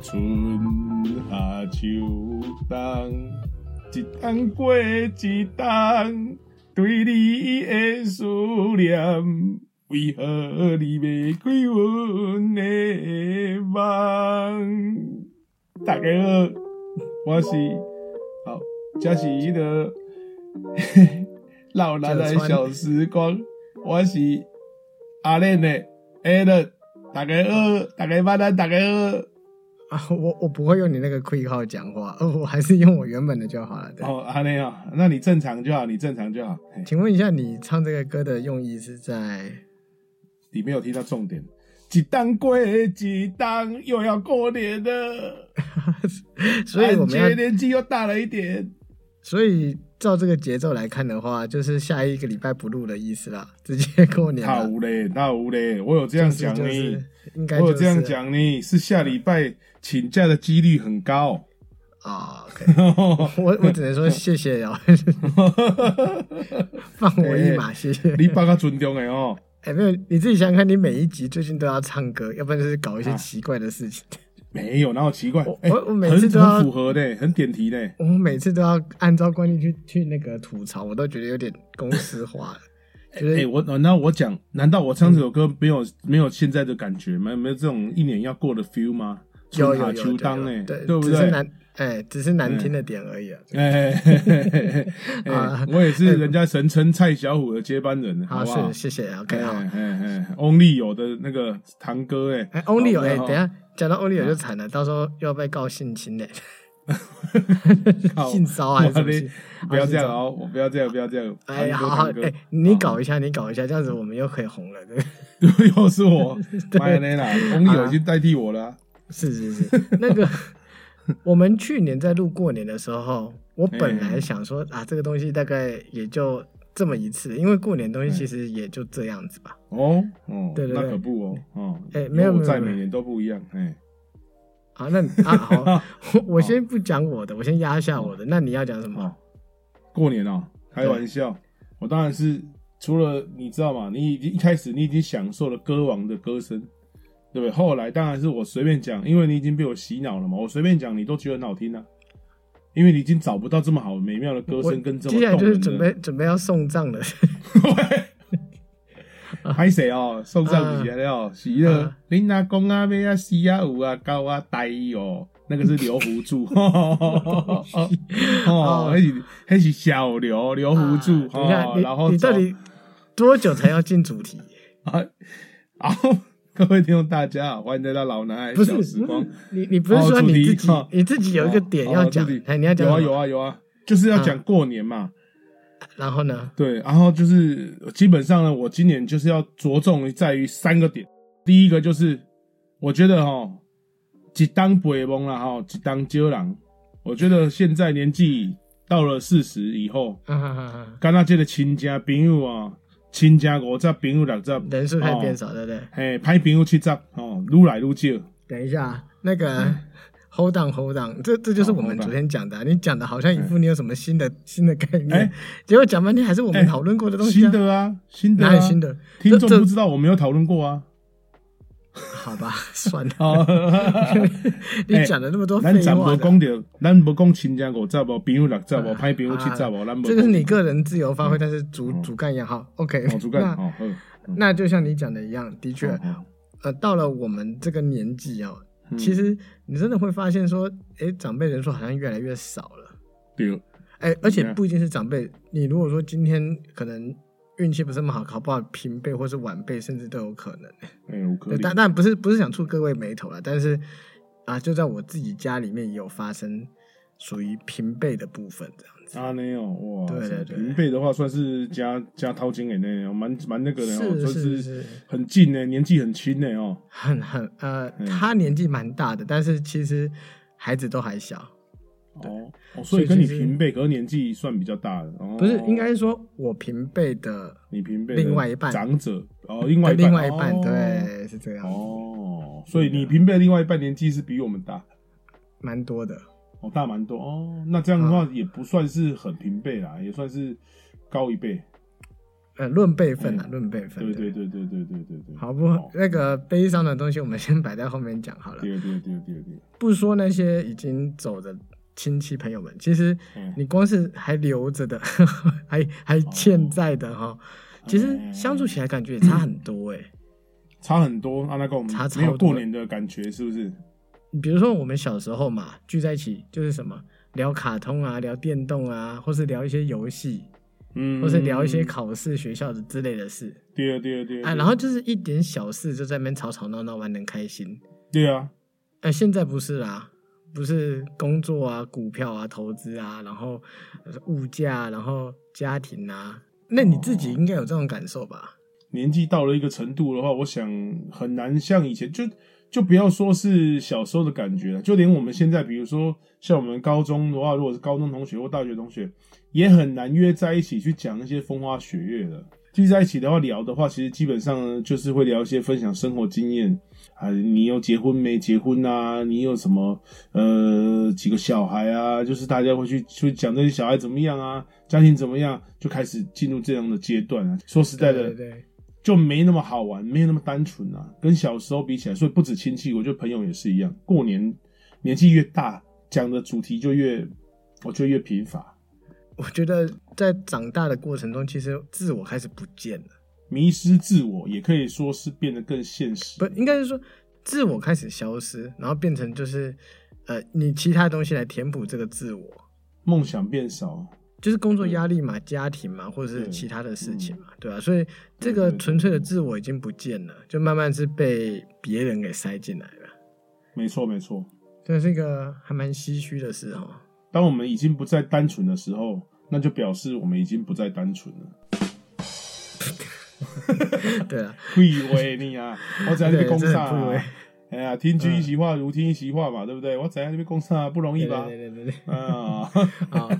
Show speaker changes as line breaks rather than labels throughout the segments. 春夏秋冬，一冬过一冬，对你的思念，为何你袂开阮的梦？大家好，我是好，这是迄、那个 老男人小时光，我是阿练的 a l 大家好，大家晚安，大家好。
啊，我我不会用你那个 quick 号讲话， 哦，我还是用我原本的就好了。对，
哦，阿内啊，那你正常就好，你正常就好。嘿
请问一下，你唱这个歌的用意 是在？
你没有听到重点。一当过一当，又要过年了，
所以我
感
们
觉
要，
年纪又大了一点。
所以照这个节奏来看的话，就是下一个礼拜不录的意思啦，直接过年
好
了。
嘞，那无嘞，我有这样讲
啊就是
你，
就是应该
我有
就
这
是
样讲你，是下礼拜请假的几率很高。哦
啊、OK 我我只 能说谢谢哦， 放我一马，谢谢。
你把我尊重的哦。
哎、没有，你自己想想看，你每一集最近都要唱歌，要不然就是搞
啊
一些奇怪的事情。
没有，哪有奇怪？
我
哎
我我每
很
次都要
很符合的，很点题的。
我每次都要按照惯例去去那个吐槽，我都觉得有点公式化了，觉
哎、
得
我难道我讲，难道我唱这首歌没有、
嗯
没有现在的感觉吗？没有这种一年要过的 feel 吗？
有
春
有
夏
有
秋冬哎、
有对，
对不
只是
对？嗯
难哎，只是难听的点而已啊。
哎、嘿嘿嘿嘿哎
啊
我也是人家神称蔡小虎的接班人，好
好，
不好
是？谢谢，OK
哎
好。
哎哎，Only 有的那个堂哥哎、
哎，Only 有
好
哎，
不好嗯
等一下讲到 Only 有就惨了，到时候又要被告性侵嘞，
靠
性骚还是啊什么
哇
性？
你不要这样哦，我不要这样，不要这样，
哎，
堂哥
好好
堂哥
哎，你
好
搞一下，你搞一下，这样子我们又可以红了，对不对？
又是 我，妈呀那啦，Only 有已经代替我了啊、
是是是， 那个我们去年在录过年的时候，我本来想
嗯
说啊，这个东西大概也就这么一次，因为过年
嗯
东西其实也就这样子吧。
哦哦，
对对
那
对
可不哦哦，
哎没有
我
没有
在
没有
每年都不一样，哎，
啊，那你 啊好，我我先不讲我的，我先压下我的。那你要讲什么
哦？，过年哦，开
对
玩笑，我当然是除了你知道吗？你已经一开始你已经享受了歌王的歌声，对不对？后来当然是我随便讲，因为你已经被我洗脑了嘛，我随便讲你都觉得很好听啊，因为你已经找不到这么好美妙的歌
我
声跟这么
接下来
动
就是
人
准
的。
备准备要送葬了，
拍谁哦？送上你
嗯
来了，是了
啊。
恁阿公啊，妹啊，西啊，有啊，高啊，呆哦，那个是刘胡 柱。哦，那是那是小刘刘胡柱。
啊等一下
哦，然
你
后
你到
走
底多久才要进主 题？
啊， 好，各位听众大家啊好，欢迎来到老男孩
不是
小时光。
你你不是
哦
说
主
你
题
自己
哦
你自己有一个点要讲
哦哦这里，
哎，你要讲
有啊
什么啊
有，啊有啊，就是要讲过年嘛。
然后呢？
对，然后就是基本上呢，我今年就是要着重于在于三个点。第一个就是，我觉得哈，一当北翁啦哈，一当酒郎，我觉得现在年纪到了四十以后，
啊哈哈哈，
干那这个亲戚朋友啊，亲戚五十朋友六十，
人数开始变
哦，
少，对不对？
嘿，歹朋友七十哦，愈来愈少。
等一下，那个、hold on hold on，这这就是我们
哦 hold on
昨天讲的啊、你讲的好像一副你有什么新的、新的概念，
哎
结果讲半天还是我
哎
们讨论过的东西、啊
新的啊，新的、啊，
哪有新？的？
听
这
众
这
不知道，我没有讨论过啊。
好 吧，算了，
哦，
你讲了那么多
咱
废
咱
话
无
的
讲着，咱无讲亲戚五十无，朋友六十无，歹朋友七十无，咱无。
这个是你个人自由发挥，但是主、
嗯
主干也好，OK，、
哦，主干
那、
哦，好
那就像你讲的一样，的确，
哦
呃，到了我们这个年纪哦，
嗯
其实你真的会发现说，哎，长辈人数好像越来越少了。
对，
哎、而且
Yeah.
不一定是长辈，你如果说今天可能运气不是那么好，搞不好平辈或是晚辈，甚至都有可能。
哎，有可
对，
能
但但不是不是想触各位眉头啦，但是啊，就在我自己家里面也有发生属于平辈的部分这样子。
啊，那哦，哇，
对对对
平辈的话算是加加掏金的呢，蛮蛮那个的哦，
是
算
是
是
是，
很近呢，年纪很轻呢哦，
很很呃
嗯，
他年纪蛮大的，但是其实孩子都还小，
哦哦，所以
所以
跟你
其实
平辈，可是年纪算比较大的，哦
不是应该说我平辈的
你平辈的
另外一半
长者哦，另外
的
一半
另外一半，
哦
对，是这样子，啊
哦，所以你平辈的另外一半年纪是比我们大。
蛮多的。
哦，大蛮多
啊
哦。那这样的话也不算是很平辈啦，也算是高一辈。
呃，论辈分啊，
哎
论辈分。
对对对对对对对对，哦
好不，那个悲伤的东西我们先摆在后面讲好了。
对对对对对，
不说那些已经走的亲戚朋友们，其实
嗯
你光是还留着的， 还还欠债的
哦
哈，其实
嗯
相处起来感觉也差很多哎、
差很多。啊，那个我们
差超
没有过
多
年的感觉是不是？
比如说我们小时候嘛，聚在一起就是什么聊卡通啊，聊电动啊，或是聊一些游戏，
嗯，
或是聊一些考试、学校的之类的事
对啊对啊对
啊，然后就是一点小事就在那边吵吵闹闹，玩得很开心。
对啊，
哎、现在不是啦，不是工作啊、股票啊、投资啊，然后呃物价啊、然后家庭啊。那你自己应该有这种感受吧？
年纪到了一个程度的话，我想很难像以前就就不要说是小时候的感觉了，就连我们现在，比如说像我们高中的话，如果是高中同学或大学同学，也很难约在一起去讲一些风花雪月的。聚在一起的话聊的话，其实基本上呢就是会聊一些分享生活经验啊，你有结婚没结婚啊？你有什么呃几个小孩啊？就是大家会去去讲这些小孩怎么样啊，家庭怎么样，就开始进入这样的阶段啊。说实在的，
对对对，
就没那么好玩，没有那么单纯啊，跟小时候比起来，所以不止亲戚，我觉得朋友也是一样。过年年纪越大，讲的主题就越，我觉得越贫乏，
我觉得在长大的过程中，其实自我开始不见了，
迷失自我，也可以说是变得更现实。
不应该是说自我开始消失，然后变成就是呃，你其他东西来填补这个自我，
梦想变少，
就是工作压力嘛、家庭嘛，或者是
嗯对嗯
其他的事情嘛，对吧、所以这个纯粹的自我已经不见了，就慢慢是被别人给塞进来了。
没错没错。
这是一个还蛮唏嘘的事哦。
当我们已经不再单纯的时候，那就表示我们已经不再单纯 了。
对啊，
以为你啊，我在那边攻上、
对真的不以为
啊，哎呀，听君一席话，如听一席话嘛，对不对？我在那边攻上、啊、不容易
对
吧？
对对对对。
啊，
啊，
我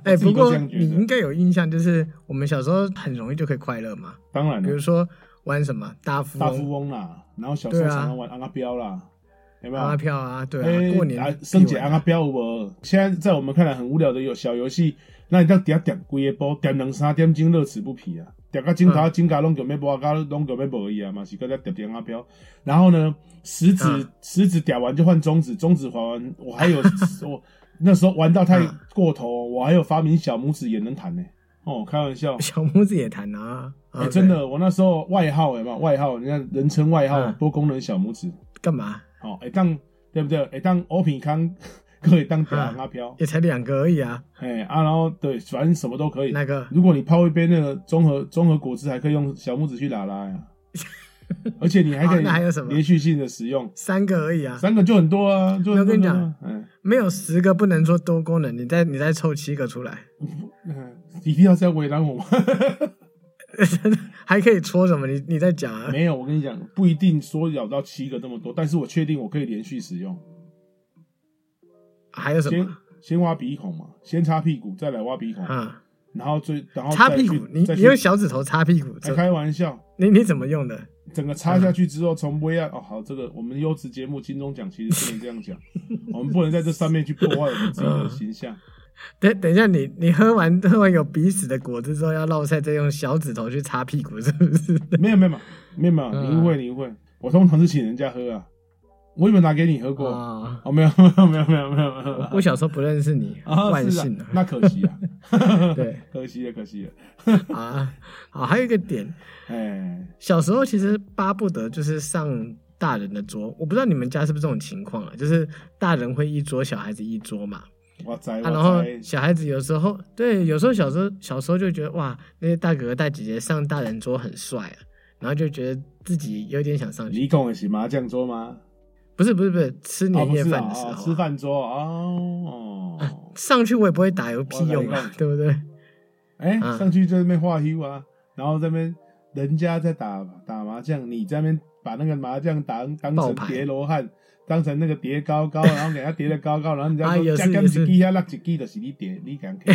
哎，
自己
不
都
过
这样觉得
你应该有印象，就是我们小时候很容易就可以快乐嘛，
当然
比
了
如。说玩什么大富
大富
翁、
翁啦，然后小时候
对啊
常常玩阿拉标啦，有没有？
阿拉票啊，对
哎
啊，过年
啊
必
升级
玩
阿拉标有无？现在在我们看来很无聊的有小游戏，那你到点点规个波，点两三点钟乐此不疲啊！点到镜头、
嗯
镜头拢叫咩波，甲拢叫咩无伊啊嘛，是搁在点点阿标。然后呢，食指、
嗯
食指点完就换中指，中指划完，我还有我那时候玩到太
嗯
过头，我还有发明小拇指也能弹呢、哦，开玩笑，
小拇指也弹啊，
哎、
啊
真的，我那时候外号有没有？外号，人家人称外号、
嗯
多功能小拇指。
对干嘛？
哦，会当对不对？会当欧品康，可以当
嗯
打阿飘，
也才两个而已啊，
哎啊，然后对，反正什么都可以。
那个
如果你泡一杯那个综合综合果汁，还可以用小拇指去拉拉 呀，而且你还可
好
以
那还有什么
连续性的使用，三
三个而已啊，
三个就很多啊，就很多
我跟你讲
啊，嗯
没有十个不能说多功能，你再你再凑七个出来，
嗯，一定要这样为难我吗？
还可以搓什么？你你再讲啊，
没有，我跟你讲，不一定缩小到七个那么多，但是我确定我可以连续使用。
还有什
先
么
先挖鼻孔嘛，先擦屁股，再来挖鼻孔，
啊？
然后最然后
擦
再
屁
去
股，你
再
你
去
用小指头擦屁股，
哎
怎
开玩笑。
你你怎么用的？
整个插下去之后，从薇娅
嗯
哦，好，这个我们优质节目金钟奖其实不能这样讲， 我们不能在这上面去破坏我们自己的形 象。
等等一下你，你喝完喝完有鼻屎的果汁之后要落塞，再用小指头去擦屁股，是不是？
没有没有嘛没有没有，
嗯
你误会你误会，我通常是请人家喝啊，我有没有拿给你喝过？
啊，
哦，没有没有没有没有没有没有。
我小时候不认识你，
啊，
万
是啊
幸，啊！
那可惜啊，
对
可惜了，可惜了，
啊，好，还有一个点，
哎，
小时候其实巴不得就是上大人的桌，我不知道你们家是不是这种情况啊，就是大人会一桌，小孩子一桌嘛。
我栽
啊，然
我
后
栽，
小孩子有时候对，有时候小时候小时候就觉得哇，那些大哥哥大姐姐上大人桌很帅啊，然后就觉得自己有点想上去。
你讲的是麻将桌吗？
不是不是不是，吃
哦，
年
不
夜
是
饭
啊，
的时候啊、
哦吃饭桌 哦。哦
上去我也不会打，有屁用
我跟你
啊
讲，
对不对？
哎、
嗯
上去就在那边画 U 啊，然后这边人家在打打麻将，你在那边把那个麻将当当
爆
成
牌
叠罗汉，当成那个叠高高，然后给他叠的高高，然后人 家
啊
说
也
加
是
减
也
一
是
记啊，落一记就是你叠，你敢可以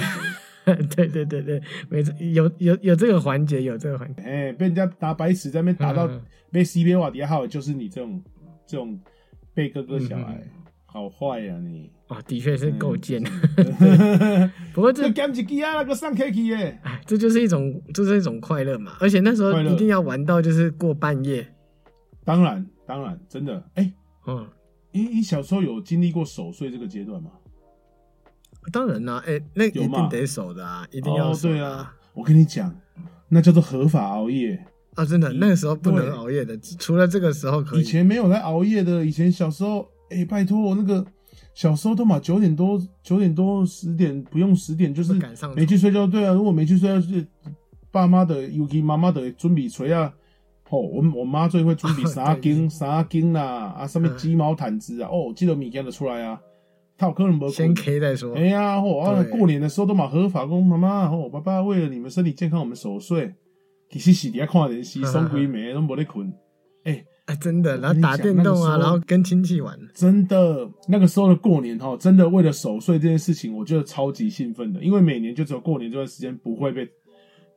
叠？
对对对对，没错，有有有这个环节，有这个环节。
哎，被人家打白尺在那边打到
嗯
被 C B 瓦底下，就是你这种这种被哥哥小孩
嗯，
好坏呀、 你！
哦，的确是够贱。
嗯
不过
这
这
减一记啊，那个上 K 去耶，
哎，这就是一种，这就是一种快乐嘛。而且那时候
快乐
一定要玩到就是过半夜，
当然，当然，真的，哎、
嗯，
你你小时候有经历过守岁这个阶段吗？
当然啦、哎，那一
有嘛
定得守的啊，一定要
哦，
守
对
的
啊，我跟你讲，那叫做合法熬夜。
啊，真的，
以
那个时候不能
对
熬夜的，除了这个时候可
以
以。
前没有在熬夜的，以前小时候，哎、拜托我那个小时候都嘛九点多、九点多、十点不用十点，就是
不敢上床
没去睡觉。对啊，如果没去睡觉，就是爸妈的，尤其妈妈的准备锤啊。哦，我我妈最会准备啥
哦对
巾、啥巾啦，啊，上面
嗯
鸡毛掸子啊，哦，记得米家的出来啊，她有可能没
先 K 再说
哎。呀，吼、啊，
对
过年的时候都嘛合法公妈妈，吼、爸爸为了你们身体健康，我们守岁。其实是底下看电视，爽鬼没，都没得困。
哎，真的，然
我跟
后
你
打
讲
电
那个
动
时
啊，
候
然后跟亲戚玩。
真的，那个时候的过年哈，真的为了守岁这件事情，我觉得超级兴奋的，因为每年就只有过年这段时间不会被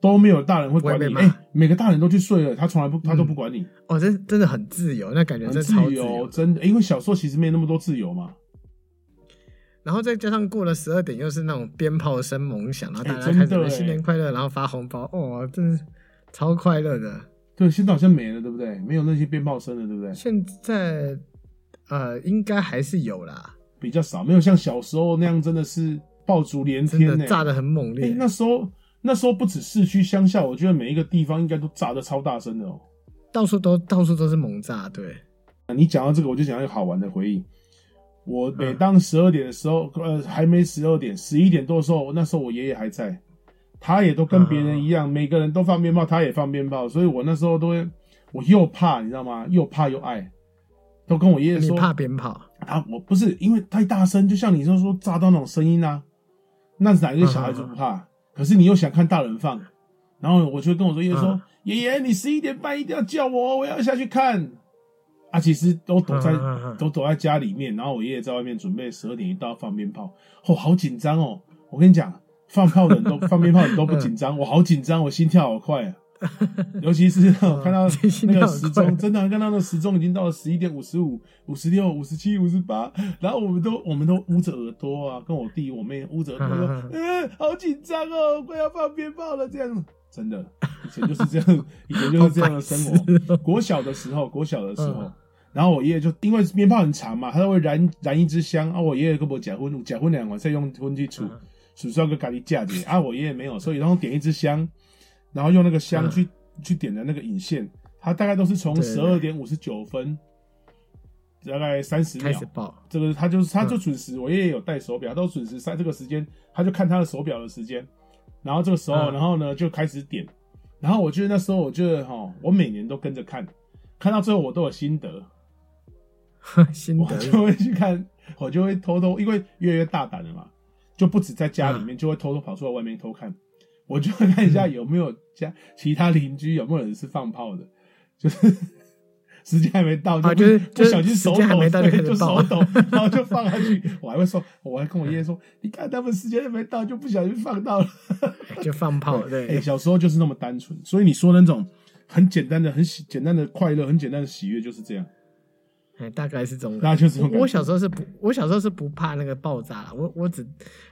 都没有大人会管
不会
你，
被
哎、
骂
每个大人都去睡了，他从来不他都不管你，
哦，这真的很自由，那感觉
很
真的超
自
自由
由，。真的，因为小时候其实没有那么多自由嘛，
然后再加上过了十二点，又是那种鞭炮声猛响，然后
哎
大家
真
开始
的哎
新年快乐，然后发红包，哦，真是超快乐的。
对，现在好像没了，对不对？没有那些鞭炮声了，对不对？
现在呃，应该还是有啦，
比较少，没有像小时候那样真的是爆竹连
真
天
的
呢、
炸得很猛
哎、
烈。
那时候那时候不止市区乡下，我觉得每一个地方应该都炸得超大声的哦、
到处都到处都是猛炸，对，
你讲到这个，我就讲一个好玩的回忆。我每
嗯
当十二点的时候，呃，还没十二点，十一点多的时候，那时候我爷爷还在，他也都跟别人一样，每个人都放鞭炮，他也放鞭炮，所以我那时候都会，我又怕，你知道吗？又怕又爱，都跟我爷爷
你
说
怕鞭炮，
啊，我不是因为太大声，就像你说说炸到那种声音啊，那哪一个小孩子不
嗯
怕？可是你又想看大人放，然后我就跟我说爷爷说
嗯，
爷爷、你十一点半一定要叫我哦，我要下去看。啊，其实都躲在、
嗯嗯嗯
都躲在家里面，然后我爷爷在外面准备十二点一到放鞭炮，哦，好紧张哦！我跟你讲，放炮的人 都放鞭炮的人都不紧张，我好紧张，我心跳好快啊！尤其是我看到
哦心
那
跳
个
很
时
快，
钟，真的看到那个时钟已经到了十一点五十五、五十六、五十七、五十八，然后我们都我们都捂着耳朵啊，跟我弟我妹捂着耳朵说嗯、好紧张哦，快要放鞭炮了，这样真的，以前就是这样，以前就
好
是这样
白
的生
痴
活。
哦
国小的时候，国小的时候，
嗯
然后我爷爷就因为鞭炮很长嘛，他都会燃燃一支香啊。我爷爷跟我结婚，结婚两晚再用婚去处
嗯，
叔叔要个咖喱嫁姐啊。我爷爷没有，所以然后点一支香，然后用那个香
嗯
去、去点的那个引线，它大概都是从
对
十
对
二点五十九分，大概三十
开
秒
始。爆，
这个他就是他就
嗯
准时，我爷爷有戴手表，他都准时在这个时间，他就看他的手表的时间，然后这个时候，
嗯
然后呢就开始点，然后我觉得那时候我觉得哈，我每年都跟着看，看到最后我都有心得，
心
我
得
就会去看，我就会偷偷，因为越来越大胆了嘛，就不止在家
嗯
里面，就会偷偷跑出来外面偷看，我就会看一下有没有家其他邻居有没有人是放炮的，就是 时间还没到，
啊
不
就是
不小心
就是
手
时间还
抖，
没到
对
就开始
就手
爆
抖，然后就放下去。我还会说，我还跟我爷爷说，你看他们时间还没到，就不小心放到了。
就放炮，
哎、
对，
小时候就是那么单纯，所以你说那种很简单的、很喜简单的快乐、很简单的喜悦就是这样，
哎，大概是这种感觉。
大家就是这种感
我
觉。
小时候是不，我小时候是不怕那个爆炸啦，我我只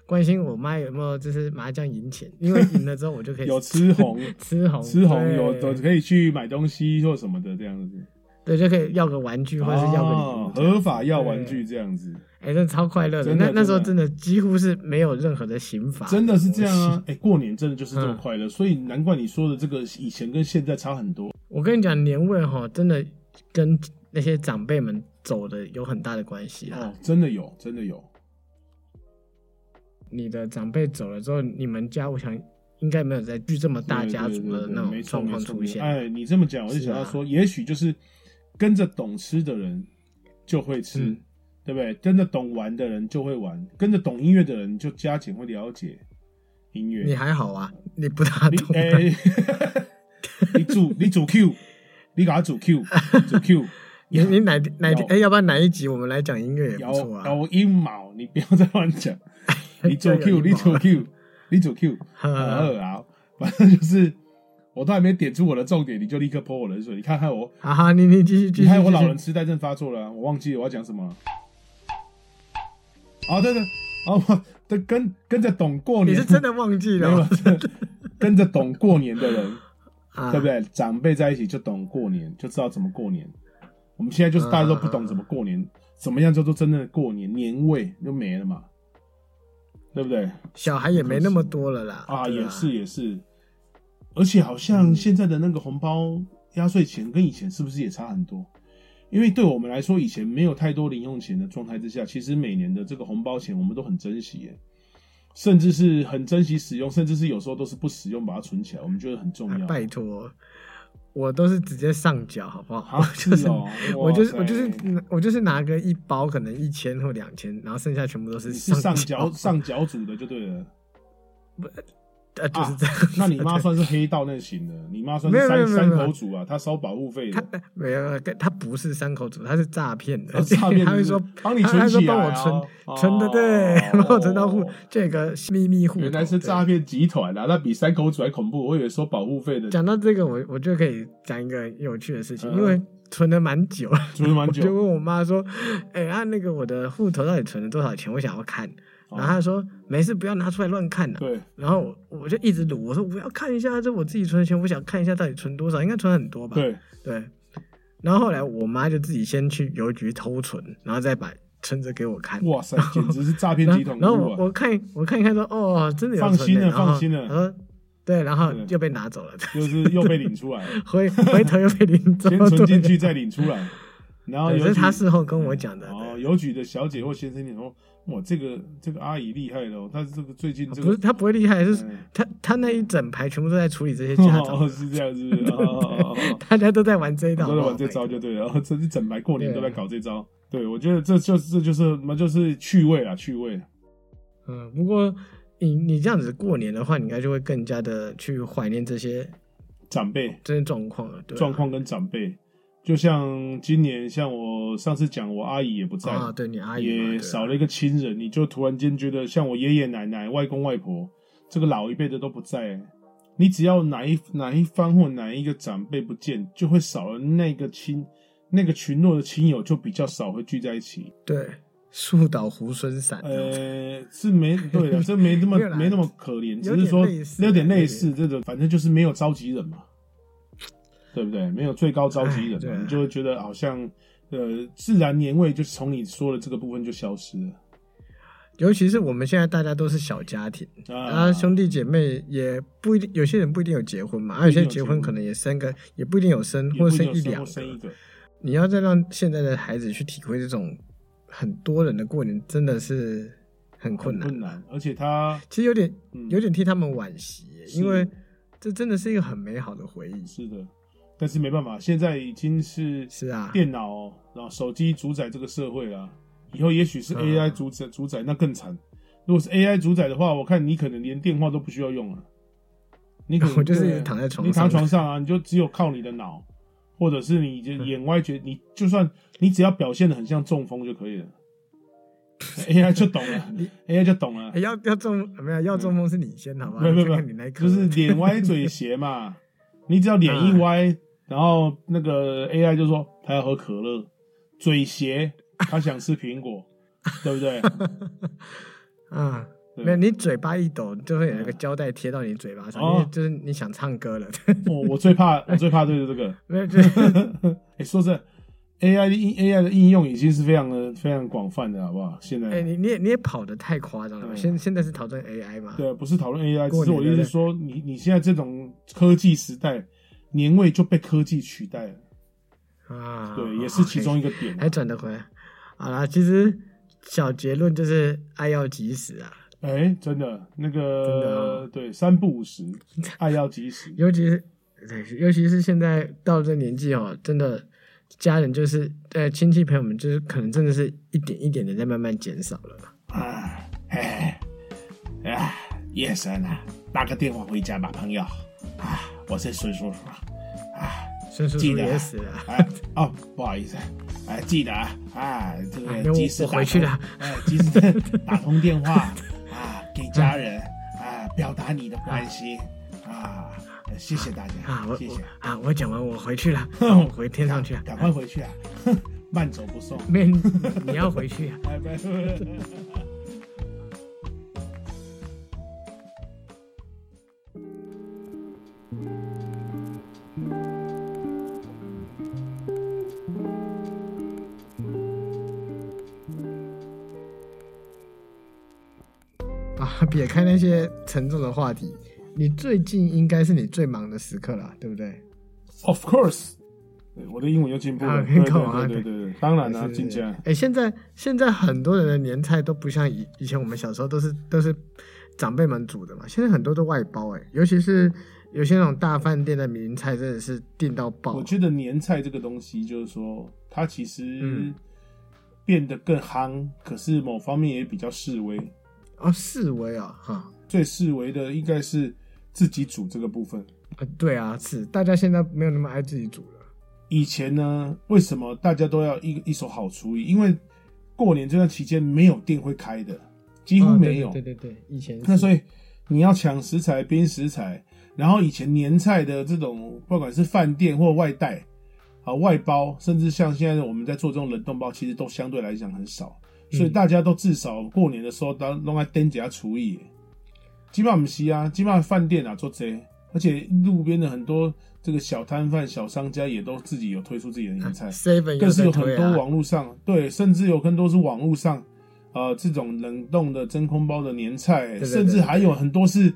关心我妈有没有就是麻将赢钱，因为赢了之后我就可以
有吃 红，
吃红
吃红
对
有有可以去买东西或什么的这样子，
对就可以要个玩具或者是要个礼物
哦
这样，
合法要玩具这样子，
哎、真的超快乐的。
真的
那那时候
真
真的几乎是没有任何的刑罚，
真的是这样啊！哎、过年真的就是这么
嗯
快乐，所以难怪你说的这个以前跟现在差很 多。
我跟你讲，年味哈，真的跟那些长辈们走的有很大的关系啊。
哦，真的有，真的有，
你的长辈走了之后，你们家我想应该没有再聚这么大
对
家族
对
的
对对
那
没
种
错
状况
没错
出现。
哎，你这么讲，我就是
啊
想到说，也许就是跟着懂吃的人就会吃，
嗯
对不对？跟着懂玩的人就会玩，跟着懂音乐的人就加减会了解音乐。
你还好啊，你不大
你
懂、啊
哎， 你主你主 Q，你给他主 Q，主 Q，
你你哪天哪
有
天哎、要不然哪一集我们来讲音乐也不
摇
错啊？
摇阴毛，你不要再乱讲。 你主
这有
Q，
阴
你
谋嗯
主 Q，你主 Q，
呵呵
很恶啊！反正就是，我都还没点出我的重点，你就立刻泼我冷水。你看看我，
好好，你你继续继
你
续。
看我
继续
老人痴呆症发作了啊、我忘记我要讲什么了。啊，对对，啊，我跟跟跟着懂过
你
年，
是真的忘记哦
没
了
有
吗
了？？真的 跟着懂过年的人，
啊，
对不？对？长辈在一起就懂过年，就知道怎么过年。我们现在就是大家都不懂怎么过年，怎么样叫做真正的过年，年味就没了嘛，对不对？
小孩也没那么多了啦。
啊，
对
也是也是，而且好像现在的那个红包压岁钱跟以前是不是也差很多？因为对我们来说，以前没有太多零用钱的状态之下，其实每年的这个红包钱我们都很珍惜 耶，甚至是很珍惜使用，甚至是有时候都是不使用把它存起来，我们觉得很重
啊
要。
拜托，我都是直接上缴，好不 好？
啊，
就是
哦，
我就是
哇
我就是
塞
拿我就是拿个一包，可能一千或两千，然后剩下全部都是
你是上
交
脚 上脚组的就对了，
呃，就是
啊
这样。
那你 妈算是黑道那型的，你妈算
没
是
有没有
三
没有
三
没有
口组啊，她收保护费的
他。没有，他不是三口组，他是诈骗的。
哦诈骗
他会
就是
说
帮你
他
存
他说
起来
帮
啊
我存
哦
存的， 对，帮我存到户，就有一个秘密户头。
原来是
对
诈骗集团啊！那比三口组还恐怖。我以为收保护费的，
讲到这个，我我就可以讲一个有趣的事情，
嗯
因为存了蛮久，
存了蛮
我
久
就问我妈说：“哎、啊，那个我的户头到底存了多少钱？我想要看。”然后她说：“没事，不要拿出来乱看的、
哦对，
然后我我就一直撸，我说：“我要看一下，这我自己存的钱，我想看一下到底存多少，应该存很多吧？”
对，
对然后后来我妈就自己先去邮局偷存，然后再把存折给我看。
哇塞，简直是诈骗
然
集
后
团
然后
入
我
啊！
我看我看一看说：“哦，真的有
放
存
心了
欸然后
放心了
然后对，然后
对
又被拿走了。
就是又被领出来，
回回头又被领走，
先存进去
对。啊
再领出来，然后
对
邮
这是
局
他事后跟我讲的，
哦，
对
邮局的小姐或先生，你说哇，这个这个阿姨厉害了哦，但是这个最近这
不
个
是他不会厉害，是
嗯
他他那一整排全部都在处理这 些家长，
哦是这样是不是？哦哦哦哦哦
大家都在玩这一道，
都在玩
好不
这
好
招就对了，然后这是整排过年都
对
在搞这招。对，我觉得这就是这就是什么，就是趣味啊，趣味。
嗯，不过你你这样子过年的话，你应该就会更加的去怀念这些
长辈，
这些状况了，对啊
状况跟长辈。就像今年，像我上次讲，我阿姨也不在，
啊，对你阿姨嘛
也
对啊
少了一个亲人，你就突然间觉得，像我爷爷奶奶、外公外婆这个老一辈的都不在，你只要哪一哪一方或哪一个长辈不见，就会少了那个亲那个群落的亲友，就比较少会聚在一起。
对树倒猢狲散，
呃，是没对的，这没那么
没有啦
没那么可怜，
有
只是说
点类似
有点类似这种，反正就是没有召集人嘛，对不对？没有最高召集
哎
人
对
嘛，
啊
你就会觉得好像呃，自然年味就是从你说的这个部分就消失了
尤其是我们现在大家都是小家庭，
啊
啊，兄弟姐妹也不一定，有些人不一定有结婚嘛，啊，有些
不一定有结
结
婚
婚可能也生个，也不一定有生，
也不
或者
一定
生
有
一
生
两
或
个。
生一个，
你要再让现在的孩子去体会这种很多人的过年，真的是很困
很
难。
困难，而且他
其实有点
嗯
有点替他们惋惜耶，
是
因为这真的是一个很美好的回忆。
是的，但是没办法，现在已经是
是啊，
电脑然后手机主宰这个社会啦，以后也许是
嗯
AI 主宰、主宰，那更惨。如果是 AI 主宰的话，我看你可能连电话都不需要用了，啊你可能
我就是
对
一直躺在床
你躺
上
床上啊，你就只有靠你的脑，或者是你就眼歪 觉，你就算你只要表现的很像中风就可以了，AI 就懂 了，AI 就懂了
哎，要要中没有要中风是你先好不好？
没有没有
看看
没
你
有
那颗
就是脸歪嘴斜 嘛，你只要脸一歪，然后那个 AI 就说他要喝可乐，嘴斜，他想吃苹 果，对不对？
啊。
对
没有，你嘴巴一抖，就会有一个胶带贴到你嘴巴
嗯
上，
哦
因为就是你想唱歌了，
我我最怕我最怕就是这个。
没有，就是
哎、说真的，AI 的应 AI 的应用已经是非常的非常广泛的，好不好？现在、
哎、你你也你也跑得太夸张了吧？
嗯
现、现在是讨论 AI 嘛？
对，不是讨论 AI，只
过
是
年
我的意思
对
是
不对
说，你你现在这种科技时代，年味就被科技取代了，
啊，
对，也是其中一个点
还
啊。
转得回来。好啦，其实小结论就是爱要及时啊，
哎、真的，那个
真的哦
对，三不五 时，爱要及时。
尤其是对，尤其是现在到这年纪哦，真的家人就是呃亲戚朋友们就是可能真的是一点一点的在慢慢减少了。
啊，哎，哎，夜深了，打个电话回家吧，朋友。啊，我是孙叔叔。啊，
孙叔叔
记得啊
也死了，
哎，哦，不好意思，哎，记得啊，啊，这
哎
个
那我
及时
我
打
回去
通
了，
哎，及时 打通电话啊，给家人啊，表达你的关心啊，谢谢大
啊，我
家，谢
我
谢。
啊，我讲完我回 去了，我回天上去了。
赶快回去啊， 哼慢走不送。
没，你要回去啊。
拜拜。
啊， 撇开那些沉重的话题，你最近应该是你最忙的时刻了，对不对？
Of course，对我的英文又进步了。
啊
对
很好啊
对对对对，当然啦、
是
进啊家
哎、现在现在很多人的年菜都不像以以前我们小时候都是都是长辈们煮的嘛，现在很多都外包哎、尤其是有些那种大饭店的名菜真的是订到爆
我。觉得年菜这个东西，就是说它其实
嗯
变得更夯，可是某方面也比较示威。
哦，四维啊，哈、
最示威的应该是自己煮这个部分。
呃对啊，是大家现在没有那么爱自己煮了。
以前呢，为什么大家都要一一手好厨艺？因为过年这段期间没有店会开的，几乎
啊
没有。
对对对对对以前
那所
以
以你要抢食材、冰食材，然后以前年菜的这种，不管是饭店或外带，啊外包，甚至像现在我们在做这种冷冻包，其实都相对来讲很少，所以
嗯
大家都至少过年的时候都弄来登家厨艺。基本上不是啊，基本上饭店啊做这，而且路边的很多这个小摊贩、小商家也都自己有推出自己的年菜。
啊 seven
更
又
是
在
有很
推
多
啊，
网络上，对，甚至有更多是网络上，呃，这种冷冻的真空包的年菜，
对
甚至
对
还有很多是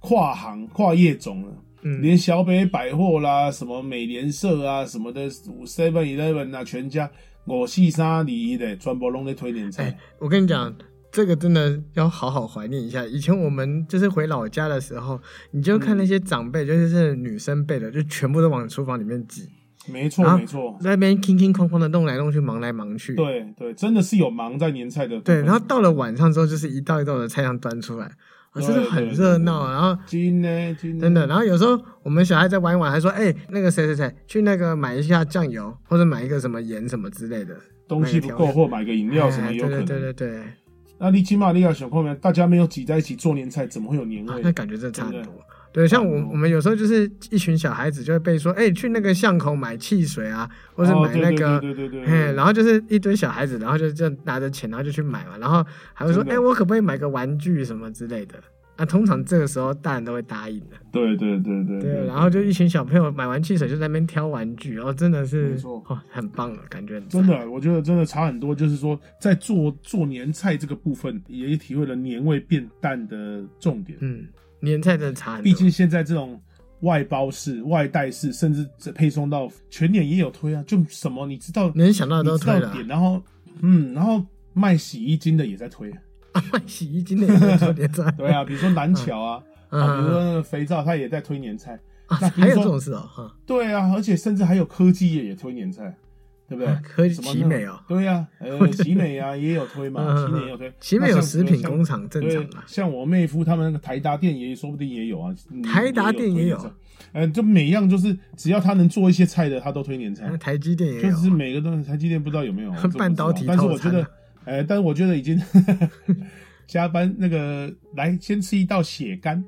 跨行跨业种的，
嗯，
连小北百货啦、什么美联社啊、什么的 Seven Eleven 啊、全家、我系沙梨的，全部拢在推年菜。
哎我跟你讲。这个真的要好好怀念一下。以前我们就是回老家的时候，你就看那些长辈，就是女生辈的，就全部都往厨房里面挤。
没错，
啊
没错，
在那边哐哐哐哐的弄来弄去，忙来忙去。
对对，真的是有忙在年菜的部分。
对然后到了晚上之后，就是一道一道的菜上端出来，啊，
对
真的很热闹啊。然后
今呢，今
真的，然后有时候我们小孩在玩一玩，还说：“哎、那个谁谁谁去那个买一下酱油，或者买一个什么盐什么之类的。
东西不够，或买个饮
哎”
料什么有可
对
能。
对对对对，
那你起码你要想后面，大家没有挤在一起做年菜，怎么会有年
啊
味？
那感觉真的差很
对
多。对，像我
差很多
我们有时候就是一群小孩子就会被说：“哎、去那个巷口买汽水啊，或者
哦
买那个。
对对对对对对
哎，然后就是一堆小孩子，然后就这样拿着钱，然后就去买嘛，然后还会说，
真的
哎，我可不可以买个玩具什么之类的？啊，通常这个时候大人都会答应的，
对对对对
对。啊然后
嗯
就一群小朋友买完汽水就在那边挑玩具，哦，真的
没
是
错，
哦，很棒的感觉很赞，
真的，我觉得真的差很多。就是说，在做做年菜这个部分，也体会了年味变淡的重点。
嗯，年菜真的差很多，
毕竟现在这种外包式、外带式，甚至配送到全年也有推啊，就什么你知道，
能想到的
你
都
知
推
道
了啊，
点，然后嗯，然后卖洗衣精的也在推。
啊， 卖洗衣机的也在做年菜，
对啊，比如说蓝桥啊，啊，比如说
嗯，
那个肥皂，它也在推年菜。
啊，
那比如
还有
说
这种事哦，哈，
对啊，而且甚至还有科技业也推年菜，对不对？
啊科技
什么
奇美哦
那种对 呀、呃，奇美啊也有推嘛，
嗯
奇美也有推，
奇美有
那像
食品
像
工厂正常
对
啊，，
像我妹夫他们那个台达店也说不定也有啊，嗯
台达店也有
推年菜呃，就每样就是只要他能做一些菜的，他都推年菜
啊，台积电也
就
有
是
啊，，
每个东西台积电不知道有没有
半导体
我这不知道但是我觉
套餐啊
得，呃，但是我觉得已经 加班那个来先吃一道血干，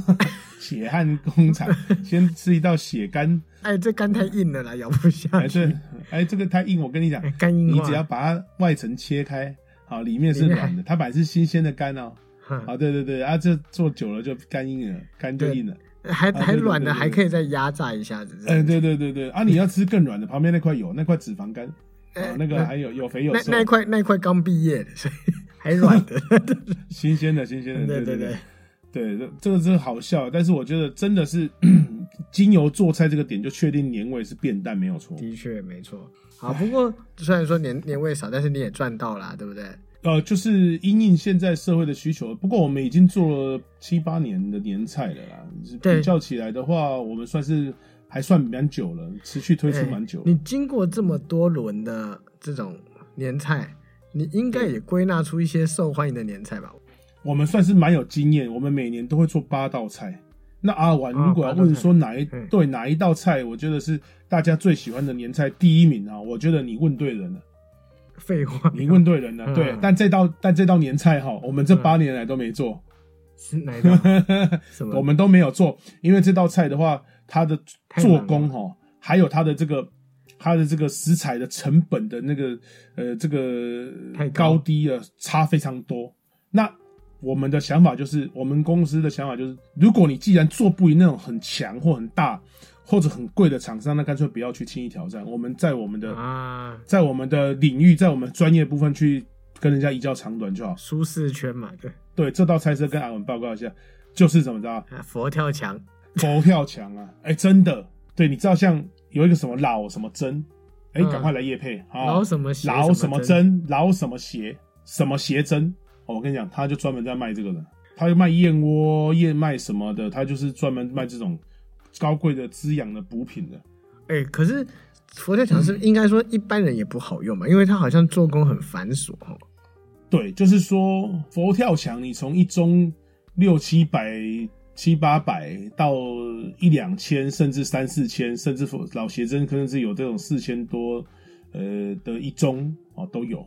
血汗工厂 先吃一道血干。
哎，这肝太硬了啦，咬不下
哎，
去
对。，哎，这个太硬，我跟你讲
哎，肝硬
你
化
只要把它外层切开，好，里面是
里面还嗯
软的，它本来是新鲜的肝哦。
哼
啊，对对对，啊，这做久了就肝硬了，肝就硬了。
还
啊
还
对对
软的，
对对
还可以再压榨一下子。这
哎，
样子
对对对对，啊，你要吃更软的，旁边那块有那块脂肪肝，啊
哎，
那个还有有肥有
那
瘦
那，一块那一块刚毕业的，所以 还软的。
新鲜的新鲜的，
对
对
对
对。对，这这个真的好笑，但是我觉得真的是 精油做菜这个点就确定年味是变淡没有错。
的确没错。
哎
好，不过虽然说年年味少，但是你也赚到啦，对不对？
呃，就是因应现在社会的需求。不过我们已经做了七八年的年菜了啦，
对
比较起来的话，我们算是还算蛮久了，持续推出
哎
蛮久了。
你经过这么多轮的这种年菜，你应该也归纳出一些受欢迎的年菜吧？
嗯我们算是蛮有经验，我们每年都会做八道菜。那阿婉
啊
如果要问说哪一、
八道菜嗯
对哪一道菜，我觉得是大家最喜欢的年菜第一名啊，我觉得你问对人了，
废话，
你问对人了。
嗯
对，但这道但这道年菜哈，我们这八年来都没做。
是哪一道？什么？
我们都没有做，因为这道菜的话，它的
太难
做
了
工哈，还有它的这个它的这个食材的成本的那个呃这个
太高
高低啊差非常多。那我们的想法就是，我们公司的想法就是，如果你既然做不赢那种很强或很大或者很贵的厂商，那干脆不要去轻易挑战。我们在我们的、
啊，
在我们的领域，在我们专业部分去跟人家一较长短就好。
舒适圈嘛，对，
对，这道菜色跟阿文报告一下，就是怎么着，
啊佛跳墙，
佛跳墙啊，哎、真的，对，你知道像有一个什么老什么针，哎、
嗯
赶快来叶配啊
老，什么邪
老什
么
么针，老什么邪，什么邪针，哦我跟你讲，他就专门在卖这个的，他就卖燕窝、燕麦什么的，他就是专门卖这种高贵的滋养的补品的。
哎、可是佛跳墙是
嗯
应该说一般人也不好用嘛，因为它好像做工很繁琐哦。
对，就是说佛跳墙，你从一盅六七百、七八百到一两千，甚至三四千，甚至佛老邪真，甚至有这种四千多，呃的一盅哦都有。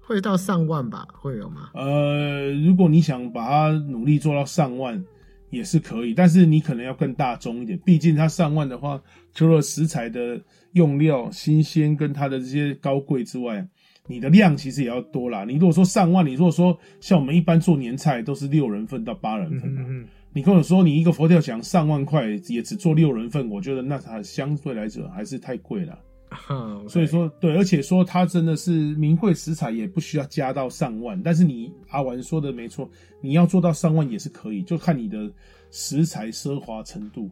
会到上万吧？会有吗？
呃，如果你想把它努力做到上万，也是可以，但是你可能要更大众一点，毕竟它上万的话，除了食材的用料新鲜跟它的这些高贵之外，你的量其实也要多啦。你如果说上万，你如果说像我们一般做年菜都是六人份到八人份嘛，
嗯
你跟我说你一个佛跳墙上万块也只做六人份，我觉得那它相对来讲还是太贵了。
哼，
所以说，对，而且说它真的是名贵食材，也不需要加到上万。但是你阿丸说的没错，你要做到上万也是可以，就看你的食材奢华程度。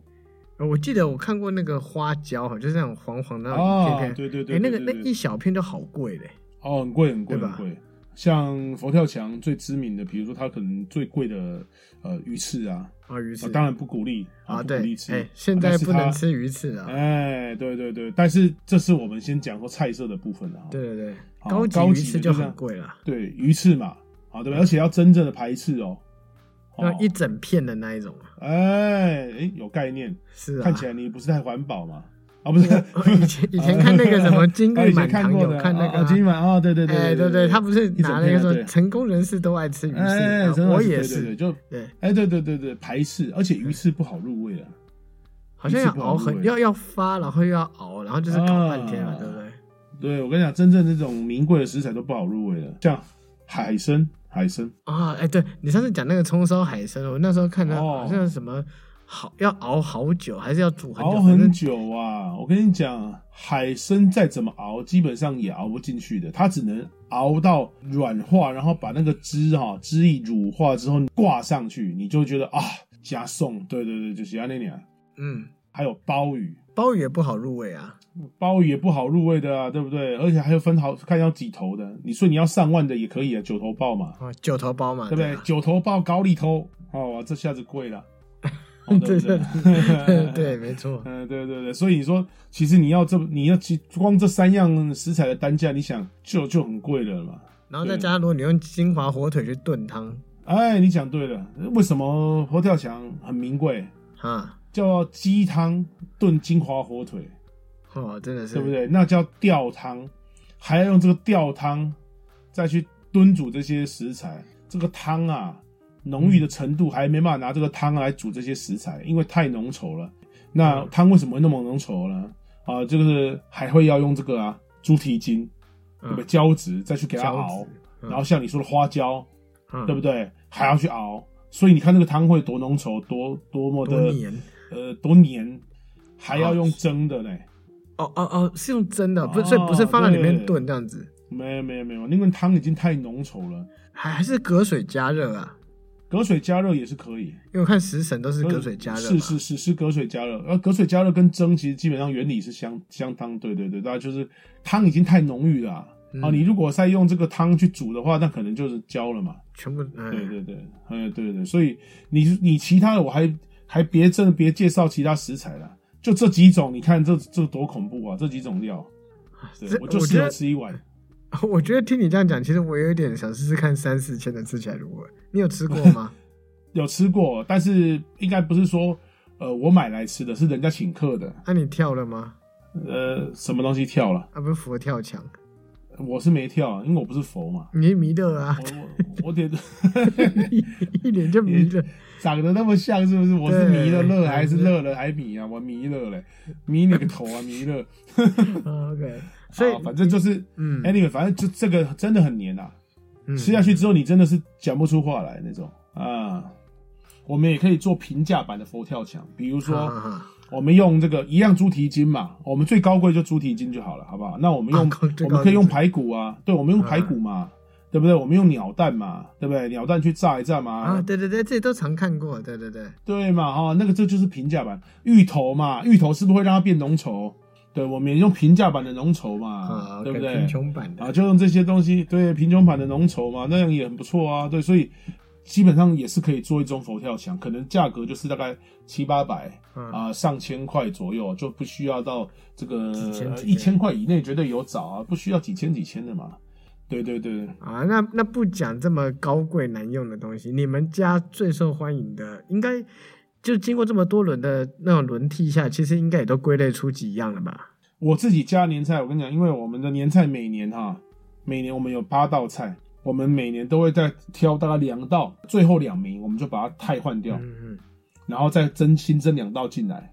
呃我记得我看过那个花椒，就是那种黄黄的那种一
哦
片，片，
对对对，
哎、那个
对
那
对对
一小片都好贵嘞。
哦，很贵很贵
对吧
很贵。像佛跳墙最知名的，比如说它可能最贵的呃鱼翅啊，
啊，鱼
啊
翅
当然不鼓励
啊，
不鼓
对
励，吃。
哎，现
但
在
是
不能
它
吃鱼翅啊。
哎，对对对，但是这是我们先讲说菜色的部分啊。
对对对，
好
高级
高
鱼
级
翅
的
就
就
很
像
贵了，
对，鱼翅嘛，啊对吧？而且要真正的排翅哦。哦
要一整片的那一种。
哎、哎，有概念，
是啊，
看起来你不是太环保嘛？啊，不是，
我以前 以前看那个什么金
啊
玉
以前
满
看
堂
过
有
的，
看那个
啊
啊，
啊金玉满啊，对对对，
哎对对，他不是拿了一个
一整
说
片啊对
成功人士都爱吃鱼翅，
哎，
啊
真的
我也
对对对
是，
就
对，
哎，对对对对，排斥，而且鱼翅不好入味啊，
好像要
鱼翅不好
熬
入
很
味
要要发，然后又要熬，然后就是搞半天了，
啊
对不对？
对我跟你讲，真正这种名贵的食材都不好入味的，像海参，海参，
啊，哎，对你上次讲那个葱烧海参，我那时候看到
哦
好像什么好要熬好久，还是要煮很久，
熬
反
很
正
久啊！我跟你讲，海参再怎么熬，基本上也熬不进去的，它只能熬到软化，然后把那个汁哈、汁液乳化之后挂上去，你就会觉得啊加送，对对对，就是那样。
嗯，
还有鲍鱼，
鲍鱼也不好入味啊。
鲍鱼也不好入味的啊，对不对？而且还有分好看要几头的，你说你要上万的也可以啊，九头鲍嘛，
哦，九头包嘛，
对不对？
啊
九头鲍高丽头，哦，哇这下子贵了， 哦、对不
对对，没错。
嗯，对对对，所以你说，其实你要这，你要其光这三样食材的单价，你想就就很贵了嘛。
然后再加上，如果你用金华火腿去炖汤，
哎，你讲对了，为什么佛跳墙很名贵？
啊，
叫鸡汤炖金华火腿，
哦，真的是，
对不对？那叫吊汤，还要用这个吊汤再去炖煮这些食材。这个汤啊，浓郁的程度还没办法拿这个汤啊来煮这些食材，因为太浓稠了。
嗯
那汤为什么会那么浓稠呢？啊，就是还会要用这个啊猪蹄筋，对不对？
嗯
胶质再去给它
胶
熬
质，嗯
然后像你说的花椒，
嗯
对不对？还要去熬，所以你看这个汤会多浓稠，多多么
多
的
黏。
呃多黏，还要用蒸的呢。
哦哦哦，是用蒸的，不是，
哦
所以不是放到里面
对
炖这样子，
没有没有没有，因为汤已经太浓稠了，
还还是隔水加热啊？
隔水加热也是可以。
因为我看食神都是隔水加热嘛，
嗯是是是是隔水加热，而隔水加热跟蒸其实基本上原理是相相当，对对对，大家就是汤已经太浓郁了啊、
嗯
啊你如果再用这个汤去煮的话，那可能就是焦了嘛。
全部
对
嗯，
对对，哎对对，所以你你其他的我还还别真的别介绍其他食材了，就这几种，你看这这多恐怖啊！这几种料，对
啊这
我就
我
适
觉
合
得
吃一碗。
我觉得听你这样讲，其实我有点想试试看三四千的吃起来如何。你有吃过 吗？
有吃过，但是应该不是说呃我买来吃的，是人家请客的。
那、啊你跳了吗？
呃，什么东西跳了？
啊，不是佛跳墙，
我是没跳啊，因为我不是佛嘛。
你迷了啊，
我我我得
一脸就迷了。
长得那么像，是不是？我是弥勒
对
乐还是乐了还迷啊？我弥勒嘞，迷你个头啊，弥勒！
啊 OK，所以
啊反正就是哎
嗯
anyway，反正就这个真的很黏啊。
嗯
吃下去之后，你真的是讲不出话来那种啊。我们也可以做平价版的佛跳墙，比如
好
说
好好
我们用这个一样猪蹄筋嘛，我们最高贵就猪蹄筋就好了，好不好？那我们用
啊高最
我
高
们
的
可以用
是啊
排骨啊，对，我们用排骨嘛，对不对？我们用鸟蛋嘛，对不对？鸟蛋去炸一炸嘛，
啊，对对对，这都常看过，对对对，
对嘛哈、那个这就是平价版芋头嘛，芋头是不是会让它变浓稠？对，我们也用平价版的浓稠嘛，
啊，
对不
跟
对？
贫穷版的，
啊，就用这些东西，对贫穷版的浓稠嘛，那样也很不错啊。对，所以基本上也是可以做一种佛跳墙，可能价格就是大概七八百
嗯
啊、上千块左右，就不需要到这个
几千几千
一千块以内绝对有找啊，不需要几千几千的嘛。对对对，
啊，那那不讲这么高贵难用的东西，你们家最受欢迎的，应该就经过这么多轮的那种轮替下，其实应该也都归类出几样了吧？
我自己家年菜，我跟你讲，因为我们的年菜每年哈、每年我们有八道菜，我们每年都会再挑大概两道，最后两名我们就把它汰换掉。
嗯
然后再增新增两道进来，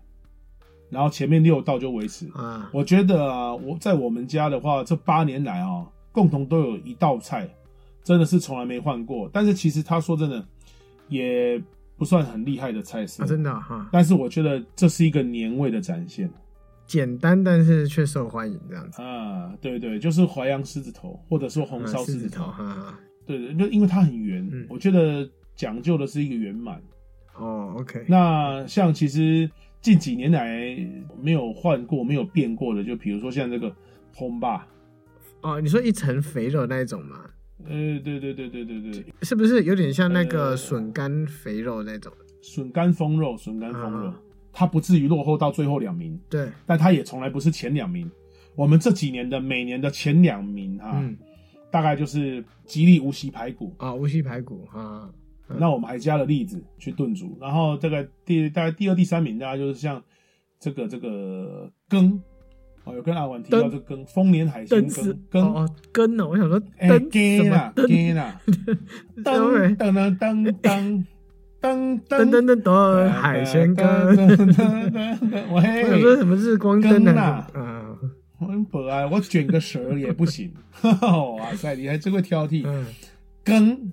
然后前面六道就维持
嗯。啊，
我觉得啊，我在我们家的话，这八年来啊，共同都有一道菜，真的是从来没换过。但是其实他说真的，也不算很厉害的菜式，
啊真的啊哈，
但是我觉得这是一个年味的展现
简单但是却受欢迎这样子。
啊，对对，就是淮扬狮子头，或者说红烧
啊
狮
狮
子
子
头，
哈、啊，
对对，就因为它很圆，
嗯
我觉得讲究的是一个圆满。
哦，OK，
那像其实近几年来没有换过、没有变过的，就比如说像这个烘吧，
哦，你说一层肥肉那一种吗？
呃，对对对对对对，
是不是有点像那个
呃
笋干肥肉那种？
笋干风肉，笋干风肉
嗯，
它不至于落后到最后两名，
对，
但它也从来不是前两名。我们这几年的每年的前两名啊，
嗯，
大概就是吉利无锡排骨，
啊，无锡排骨啊，嗯
那我们还加了栗子去炖煮，然后这个第大概第二、第三名，大概就是像这个这个羹，哦，有跟阿婉提到
羹
这个羹，丰年海鲜
丝
羹，
哦
羹
哦根哦，我想说
哎，
灯什
鸡
么
啦，
灯
鸡啦，噔噔噔啊噔 噔噔
噔 噔
噔
噔噔，海鲜
噔
羹。
噔 噔噔噔，
我想说
喂，
什么日光灯
羹
啊
啊？
嗯
我很可爱，我卷个蛇也不行， 哇塞，你还真会挑剔，
嗯，
羹。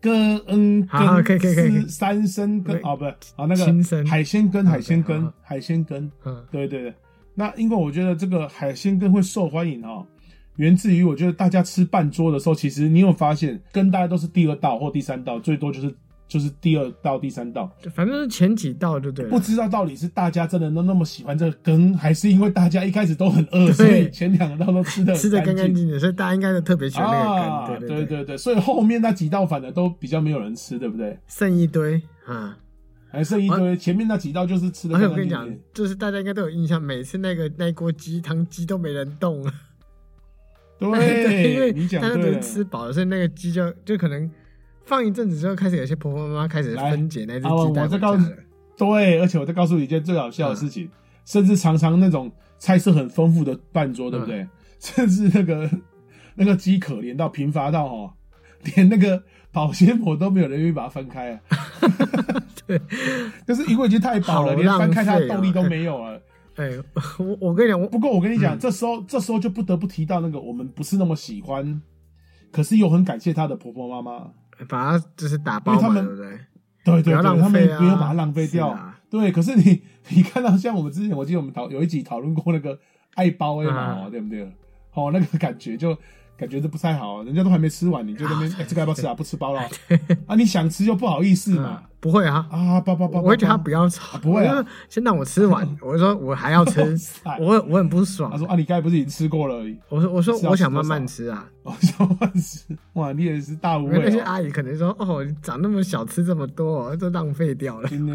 羹嗯
好好
羹，
可以可以可以可以
四三声羹
可以
哦，不是啊，那
亲生
个海鲜羹，海鲜
好
羹
好，
海鲜羹，
嗯
对对对。那因为我觉得这个海鲜羹会受欢迎哦，源自于我觉得大家吃半桌的时候，其实你有发现跟大家都是第二道或第三道，最多就是就是第二道、第三道。
就反正是前几道就对了
不。知道到底是大家真的都那么喜欢这个羹，还是因为大家一开始都很饿，
对
所以前两道都吃的
吃的干
干
干净净，所以大家应该都特别喜欢那
啊
个，羹，
对
对对，
对，所以后面那几道反而都比较没有人吃，对不对？
剩一堆啊！
还剩一堆，前面那几道就是吃的
而且
干
啊
干
我跟你
净
讲
净。，
就是大家应该都有印象，每次那个那一锅鸡汤鸡都没人动，因
对，你
为
讲
大家都
对
是
了。
吃饱了，所以那个鸡就就可能放一阵子之后，开始有些婆婆妈妈开始
来
分解那只
啊我
鸡带
我
回
再
家
告诉
了。
对，而且我再告诉你一件最好笑的事
嗯
情，甚至常常那种菜色很丰富的半桌，对不
嗯
对？甚至那个那个鸡可怜到贫乏到哦， 连那个保鲜膜都没有人愿意把它翻开、啊，
对，
就是因为已经太饱了，
好
连翻开它的
浪费哦
动力都没有了。
哎，我我跟你讲，我
不过我跟你
嗯
讲，这时候这时候就不得不提到那个我们不是那么喜欢，可是又很感谢她的婆婆妈妈。
把它就是打包
因为他
嘛，
们
对不对？
对
不
对
要
对，
浪
他们
费啊
没有把它浪费掉。
是啊
对，可是你你看到像我们之前，我记得我们讨有一集讨论过那个爱包哎嘛，
啊
对不对？哦，那个感觉就感觉这不太好，人家都还没吃完，你就在那边、哎这个要不要吃啊？不吃包了啊？你想吃又不好意思嘛
哎嗯，不会啊，
啊，包包包，
我会觉得他
包
不要吵，
啊不会啊
我就说先让我 吃完。我就说我还要吃
哇塞，
我很我很不爽
他。说啊，你刚才不是已经吃过了而已？
我说我说
是要
我想
吃多
慢
少
慢吃啊，
我想万吃，哇，你也是大无
因为那
畏、
些
哦。
阿姨可能说哦，你长那么小吃这么多哦，都浪费掉了。
真的，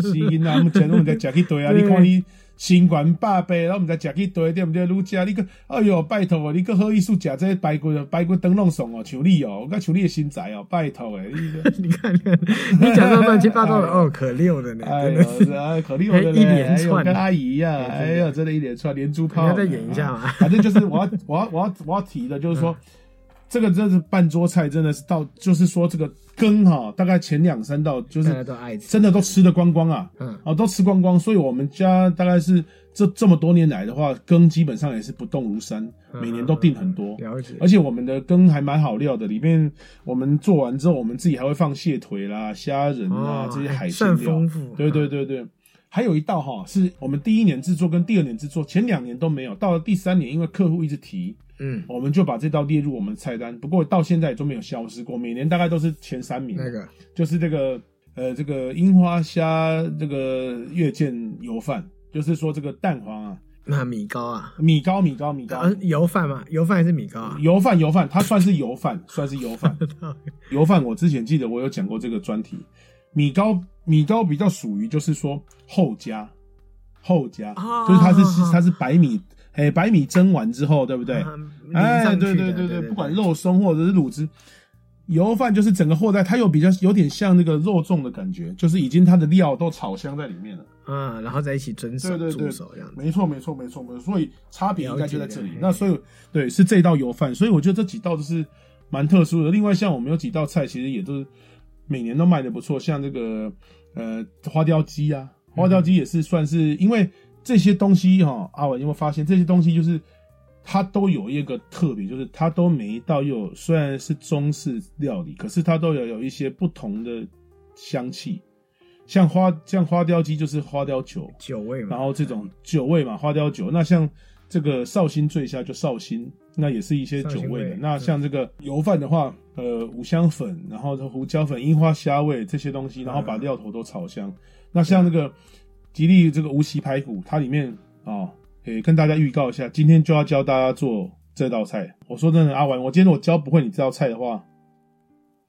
是因啊，我们讲我们在讲一堆啊，
对
你看你新冠百倍，然后我们在讲一堆，对不对？愈食你个，哎哟，拜托哦，你个好意思食这排骨排骨灯笼送哦，像你哦，我讲像你的身材哦，拜托诶，你 这
你看，你看，你讲到乱七八糟的哦，可溜的呢，
哎
真
呦
的是。，
哎可厉害了嘞，
一连串
哎呦跟阿姨呀、
哎
哎
真的
呦，真的，一连串连珠炮。
你要再演一下
啊
嘛？
反正就是我要，我要，我要，我要提的就是 说，这个真的是半桌菜，真的是到，就是说这个羹哈、大概前两三道就
大家
是
都爱吃，
真的都吃得光光啊。
嗯，
哦，都吃光光，所以我们家大概是这这么多年来的话，羹基本上也是不动如山，
嗯
每年都订很多，
了解
而。且我们的羹还蛮好料的，里面我们做完之后，我们自己还会放蟹腿啦、虾仁啊、
哦
这些海鲜
算
料，
丰富，
对对
嗯，
对对。还有一道哈，是我们第一年制作跟第二年制作，前两年都没有，到了第三年，因为客户一直提，
嗯，
我们就把这道列入我们的菜单。不过到现在都没有消失过，每年大概都是前三名。
嗯那个
就是这个呃，这个樱花虾，这个月见油饭，就是说这个蛋黄啊，
那米糕啊，
米糕米糕米糕，
啊油饭吗？油饭还是米糕 啊？
油饭油饭，它算是油饭，算是油 饭油饭。我之前记得我有讲过这个专题，米糕米糕比较属于就是说后加后加，
啊
就是它是它是白米。哎，白米蒸完之后，对不对？
啊淋
哎，
上去
对
的
对
对
对
对
不管肉松或者是卤汁，油饭就是整个和在，它又比较有点像那个肉粽的感觉，就是已经它的料都炒香在里面了。
嗯，然后再一起蒸熟
对对对
煮熟这样子。
没错，没错，没错，没错。所以差别应该就在这
了
里
解。
那所以对是这道油饭，所以我觉得这几道都是蛮特殊的。另外像我们有几道菜，其实也都是每年都卖的不错，像这个呃花雕鸡啊，花雕鸡也是算是、因为这些东西哈、阿伟有没有发现这些东西就是它都有一个特别，就是它都每一道又有虽然是中式料理，可是它都有有一些不同的香气。像花像花雕鸡就是花雕酒，
酒味
然
嘛，
后这种酒味嘛，花雕酒。那像这个绍兴醉虾就绍兴，那也是一些酒味
绍兴
的。
味
那像这个油饭的话，呃，五香粉，然后胡椒粉、樱花虾味这些东
嗯
西，然后把料头都炒香。那像这个吉利这个无锡排骨，它里面啊、哦，也跟大家预告一下，今天就要教大家做这道菜。我说真的，阿玩，我今天我教不会你这道菜的话，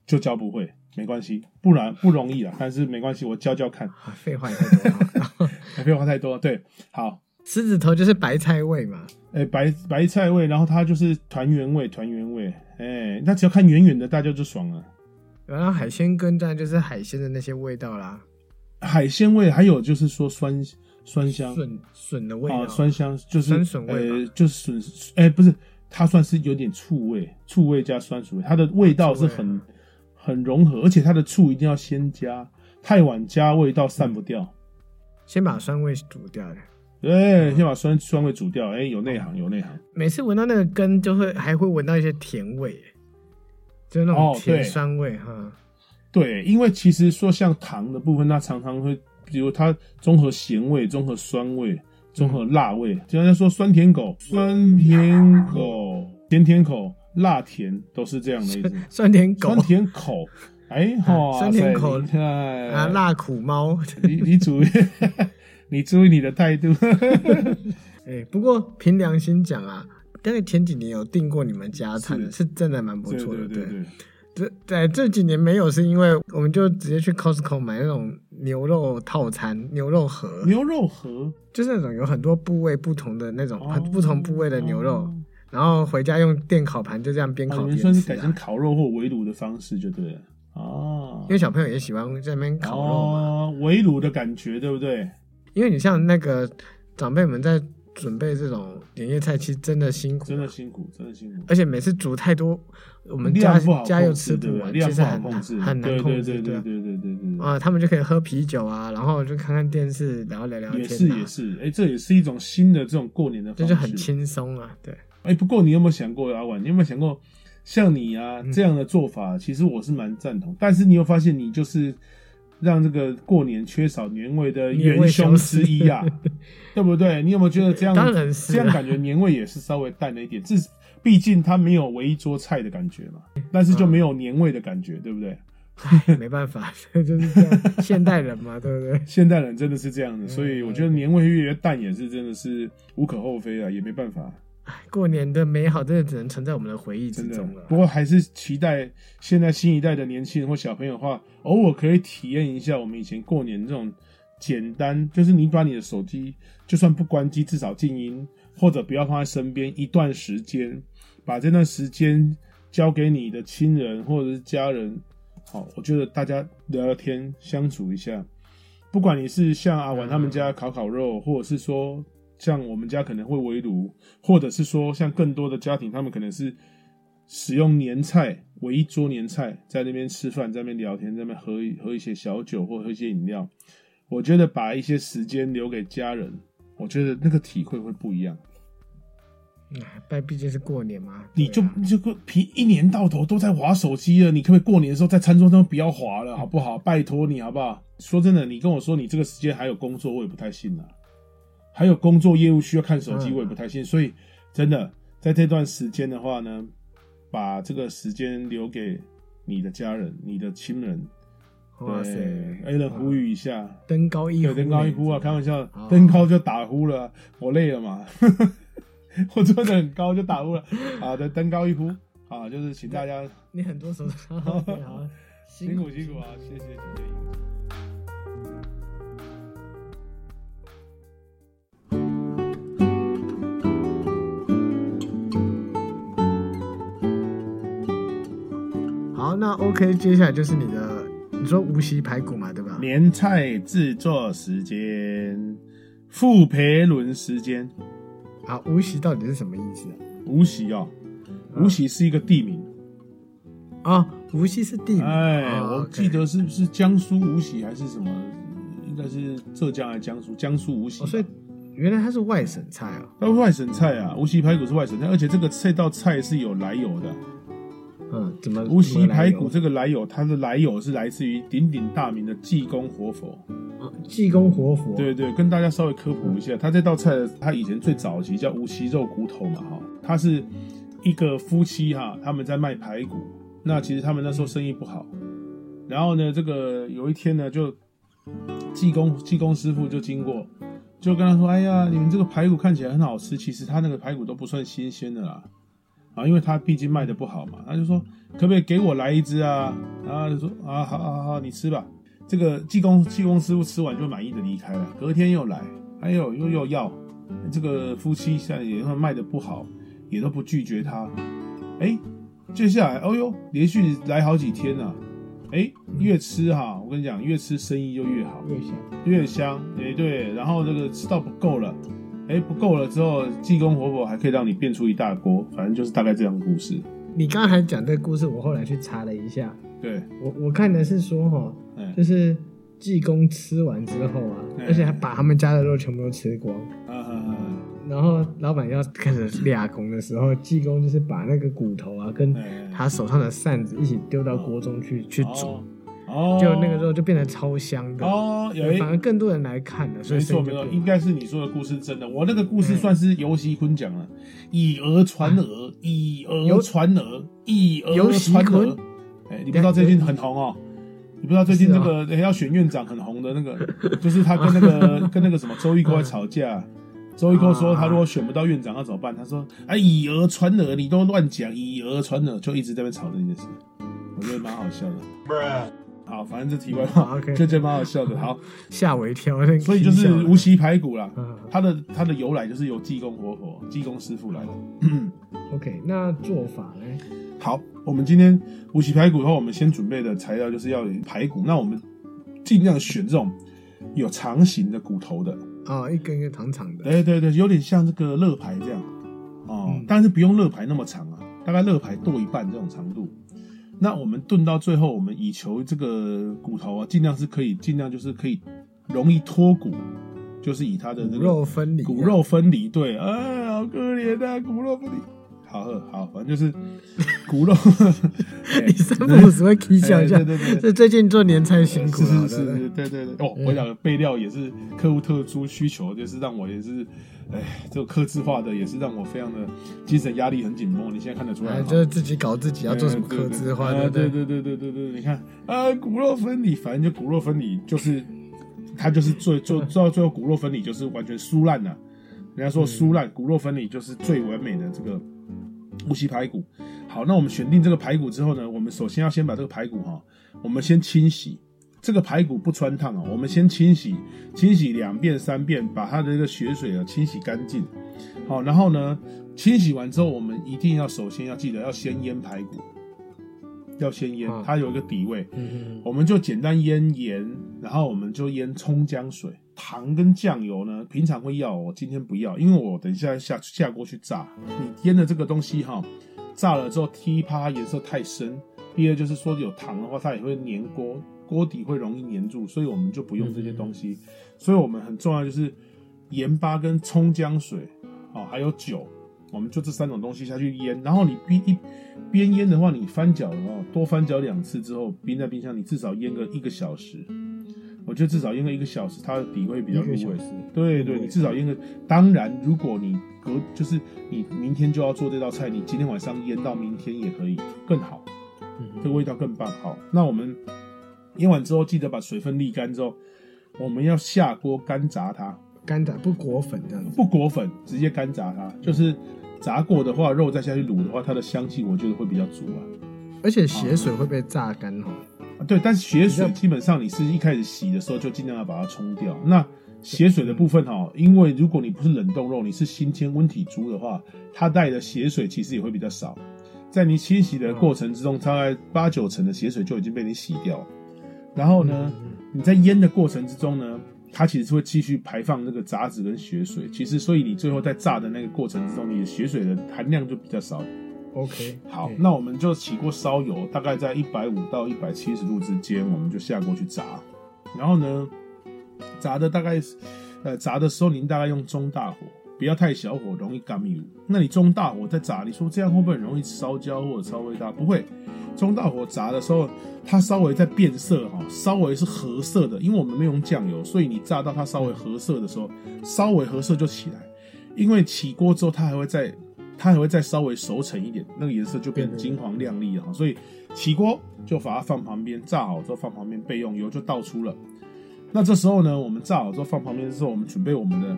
就教不会。没关系，不然不容易啊，但是没关系，我教教看，
啊废话也太多了。然后
不要花太多。对，好，
狮子头就是白菜味嘛，
哎、白白菜味，然后它就是团圆味，团圆味，哎、那只要看远远的，大家就爽了。
然后海鲜羹当然就是海鲜的那些味道啦，
海鲜味，还有就是说酸酸香
笋笋的味道，
啊，酸香就是
酸笋味吧
呃，就是笋，哎、不是，它算是有点醋味，醋味加酸笋味，它的味道是很、
醋味啊
很融合，而且它的醋一定要先加，太晚加味道散不掉。
先把酸味煮掉了。
哎、
嗯
先把酸酸味煮掉，哎、有内行，有内行。
每次闻到那个根，就会还会闻到一些甜味，就是那
哦
种
对
甜酸味哈。
对，因为其实说像糖的部分，它常常会，比如它综合咸味、综合酸味、综合辣味，就像说酸甜口、酸甜口、甜甜口、辣甜，都是这样的意思。
酸甜狗啊
酸甜口， 哎哈，
酸甜口
哇塞你
啊，
看
辣苦猫。
你你注意， 你注意你的态度。
哎，不过凭良心讲啊，但是前几年有订过你们家餐的，
是
是真的蛮不
对
错
对
的。
对对，
这在这几年没有，是因为我们就直接去 Costco 买那种牛肉套餐、牛肉盒，
牛肉盒，
就是那种有很多部位不同的那种，
哦
很不同部位的牛肉，然后回家用电烤盘就这样边
哦，
烤
你们
边
算是
吃
改
啊、
成烤肉或围炉的方式就对了啊
因。为小朋友也喜欢在那边烤肉嘛。
哦，围炉的感觉，对不对？
因为你像那个长辈们在准备这种年夜菜，其实真的辛苦，
真的辛苦，真的辛苦。
而且每次煮太多，哎我们家
量不好
家又
控
吃
制，对不
完，
对？
其
量
实
不好
很
控
难
制，
很难控制，
对对
啊
对对对对对对。
啊，他们就可以喝啤酒啊，然后就看看电视，然后聊聊天、啊，
也是也是，哎，这也是一种新的这种过年的
这
方
就
式，
很轻松啊，对，
哎，不过你有没有想过，阿婉，你有没有想过，像你啊
嗯
这样的做法，其实我是蛮赞同。但是你有发现，你就是让这个过年缺少年味的
年
元
味
凶
消
之
失
一 啊，对不对？你有没有觉得这样？
当然是
这样
啊
感觉年味也是稍微淡了一点，至毕竟它没有围一桌菜的感觉嘛，但
嗯
是就没有年味的感觉，对不对？
唉没办法， 就是这样，现代人嘛，对不对？
现代人真的是这样的，所
嗯
以我觉得年味越来越淡也是真的是无可厚非啊，也没办法，
唉过年的美好真的只能存在我们的回忆之
真的
中了。。
不过还是期待现在新一代的年轻人或小朋友的话，偶尔可以体验一下我们以前过年这种简单，就是你把你的手机就算不关机，至少静音或者不要放在身边一段时间，把这段时间交给你的亲人或者是家人。好，我觉得大家聊聊天，相处一下，不管你是像阿婉他们家烤烤肉，或者是说像我们家可能会围炉，或者是说像更多的家庭，他们可能是使用年菜为一桌年菜，在那边吃饭，在那边聊天，在那边喝一喝一些小酒或喝一些饮料。我觉得把一些时间留给家人，我觉得那个体会会不一样。
唉但毕竟是过年嘛，
你
对
就
啊
这个皮一年到头都在划手机了，你可不可以过年的时候在餐桌上不要划了， 好不好？拜托你好不好？说真的，你跟我说你这个时间还有工啊作，我也不太信了、还有工作业务需要看手机，
嗯
我也不太信。所以真的，在这段时间的话呢，把这个时间留给你的家人、你的亲人。
哇塞嗯
，A 人呼吁一下，
登高一
对，
呼，
登高一呼啊！
真
开
的
玩笑
哦，
登高就打呼了，我累了嘛， 我坐得很高就打呼了啊！登登高一呼啊，就是请大家
你很多手指 头，好
辛
啊辛
苦辛苦啊！谢谢谢谢。
好，那 OK，接下来就是你的，你说无锡排骨嘛，对吧？
年菜制作时间，傅培伦时间，
好，无锡到底是什么意思
无锡哦，无锡是一个地名。
啊？啊，无锡是地名，
哎，
哦
我
OK
记得是不是江苏无锡还是什么？应该是浙江还是江苏？江苏无锡吧。
哦，所以原来它是外省菜哦。
那外省菜啊，无锡排骨是外省菜，而且这个这道菜是有来由的。
嗯，怎么
无锡排骨
这
这个来由，它的来由是来自于鼎鼎大名的济公活佛。
济公活佛？
对对，跟大家稍微科普一下，它这道菜的它以前最早期叫无锡肉骨头嘛，哈，它是一个夫妻哈，他们在卖排骨。那其实他们那时候生意不好，然后呢，这个有一天呢，就济公济公师傅就经过，就跟他说：“哎呀，你们这个排骨看起来很好吃，其实他那个排骨都不算新鲜的啦，啊，因为他毕竟卖的不好嘛。”他就说：“可不可以给我来一只啊？”然后他就说：“啊，好好好，你吃吧。”这个济公济公师傅吃完就满意的离开了，隔天又来，哎呦又又要，这个夫妻现在也算卖的不好，也都不拒绝他，哎，接下来，哦呦，连续来好几天啊，哎，越吃哈，我跟你讲，越吃生意就越好，
越想
越香，哎对，然后这个吃到不够了，哎不够了之后，济公活佛还可以让你变出一大锅，反正就是大概这样的故事，
你刚才讲这个故事，我后来去查了一下，
对，
我我看的是说哈，
嗯
就是济公吃完之后啊，
嗯
而且还把他们家的肉全部都吃光。
啊啊啊
然后老板要开始俩拱的时候，济公就是把那个骨头啊跟
啊哎
他手上的扇子一起丢到锅中去去煮，
哦，
就那个肉就变得超香的。
哦，有一
嗯反而更多人来看了，所以
没错
生意
没
就
错，
变
应该是你说的故事真的。我那个故
嗯
事算是尤熙坤讲了，以讹传
啊
讹，以讹传讹，以
尤
讹
熙
传讹
坤。
哎，你不知道最近很红哦。你不知道最近
是
这
啊
个、哎要选院长很红的那个，就是他跟那 个跟那个什么周玉蔻在吵
嗯
架。周玉蔻
啊
说他如果选不到院长要怎么办？他说：“哎，以讹传讹，你都乱讲，以讹传讹，就一直在那边吵这件事，我觉得蛮好笑的。好，反正这题外话
好，OK
就觉得蛮好笑的。好，
吓我一跳。那
所以就是
挺小的
无锡排骨啦，
嗯
它的它的由来就是由济公活佛、济公师傅来的。
OK，那做法呢？
好，我们今天无锡排骨的话，我们先准备的材料就是要有排骨，那我们尽量选这种有长形的骨头的，
哦，一根一根长长的，
对对对，有点像这个乐牌这样哦，
嗯
但是不用乐牌那么长啊，大概乐牌剁一半这种长度。那我们炖到最后，我们以求这个骨头啊，尽量是可以，尽量就是可以容易脱骨，就是以它的那
骨
个
肉分离，啊
骨肉分离，对，哎，好可怜啊，骨肉分离。好呵，好，反正就是骨肉。哎
你三不五时会踢笑一下
哎。对对对。
这最近做年菜辛苦啊
是
了，
是是
对不对
是，对对对，
嗯
哦，我想备料也是客户特殊需求，就是让我也是，哎，这个客制化的也是让我非常的精神压力很紧绷，你现在看得出来
哎，
吗？
就是自己搞自己，要做什么
对对
克制化，
对
对
啊
不
对
对？
对对对对对，你看啊，骨肉分离，反正就骨肉分离，就是它就是最 最到最后骨肉分离就是完全酥烂了、人家说酥
嗯
烂，骨肉分离就是最完美的这个无锡排骨。好，那我们选定这个排骨之后呢，我们首先要先把这个排骨哈，我们先清洗。这个排骨不穿烫啊，我们先清洗，清洗两遍三遍，把它的这个血水啊清洗干净。好，然后呢，清洗完之后，我们一定要首先要记得要先腌排骨，要先腌
嗯，
它有一个底味。
嗯，
我们就简单腌盐，然后我们就腌葱姜水、糖跟酱油呢。平常会要，我今天不要，因为我等一下下下锅去炸。你腌的这个东西哈，炸了之后第一怕它颜色太深，第二就是说有糖的话，它也会粘锅，锅底会容易粘住，所以我们就不用这些东西。所以我们很重要就是盐巴跟葱姜水，哦，还有酒。我们就这三种东西下去腌，然后你边一边腌的话，你翻搅的话，多翻搅两次之后，冰在冰箱，你至少腌个一个小时。我我觉得至少腌个一个小时，它的底味比较入
一个
味
小时。
对对，
对
你至少腌个。当然，如果你隔就是你明天就要做这道菜，你今天晚上腌到明天也可以，更好，这个
嗯
味道更棒。好，那我们腌完之后，记得把水分沥干之后，我们要下锅干炸它，
干炸不裹粉这样子，
不裹粉，直接干炸它。就是炸过的话，肉再下去卤的话，它的香气我觉得会比较足啊。
而且血水会被榨干哦。
啊对，但是血水
比较
基本上你是一开始洗的时候就尽量要把它冲掉。那血水的部分哈，因为如果你不是冷冻肉，你是新鲜温体猪的话，它带的血水其实也会比较少。在你清洗的过程之中，大概八九成的血水就已经被你洗掉了。然后呢，嗯你在腌的过程之中呢，它其实是会继续排放那个杂质跟血水。其实，所以你最后在炸的那个过程之中，你的血水的含量就比较少。
OK，嗯
好
对，
那我们就起锅烧油，大概在一百五到一百七十度之间，我们就下锅去炸。然后呢，炸的大概是，呃，炸的时候您大概用中大火，不要太小火，容易干油。那你中大火再炸，你说这样会不会很容易烧焦或者烧味大？不会，中大火炸的时候，它稍微在变色哈，稍微是褐色的，因为我们没有用酱油，所以你炸到它稍微褐色的时候，稍微褐色就起来。因为起锅之后，它还会再，它还会再稍微熟成一点，那个颜色就变
对对
金黄亮丽了哈。所以起锅就把它放旁边，炸好之后放旁边备用，油就倒出了。那这时候呢，我们炸好之后放旁边之后，我们准备我们的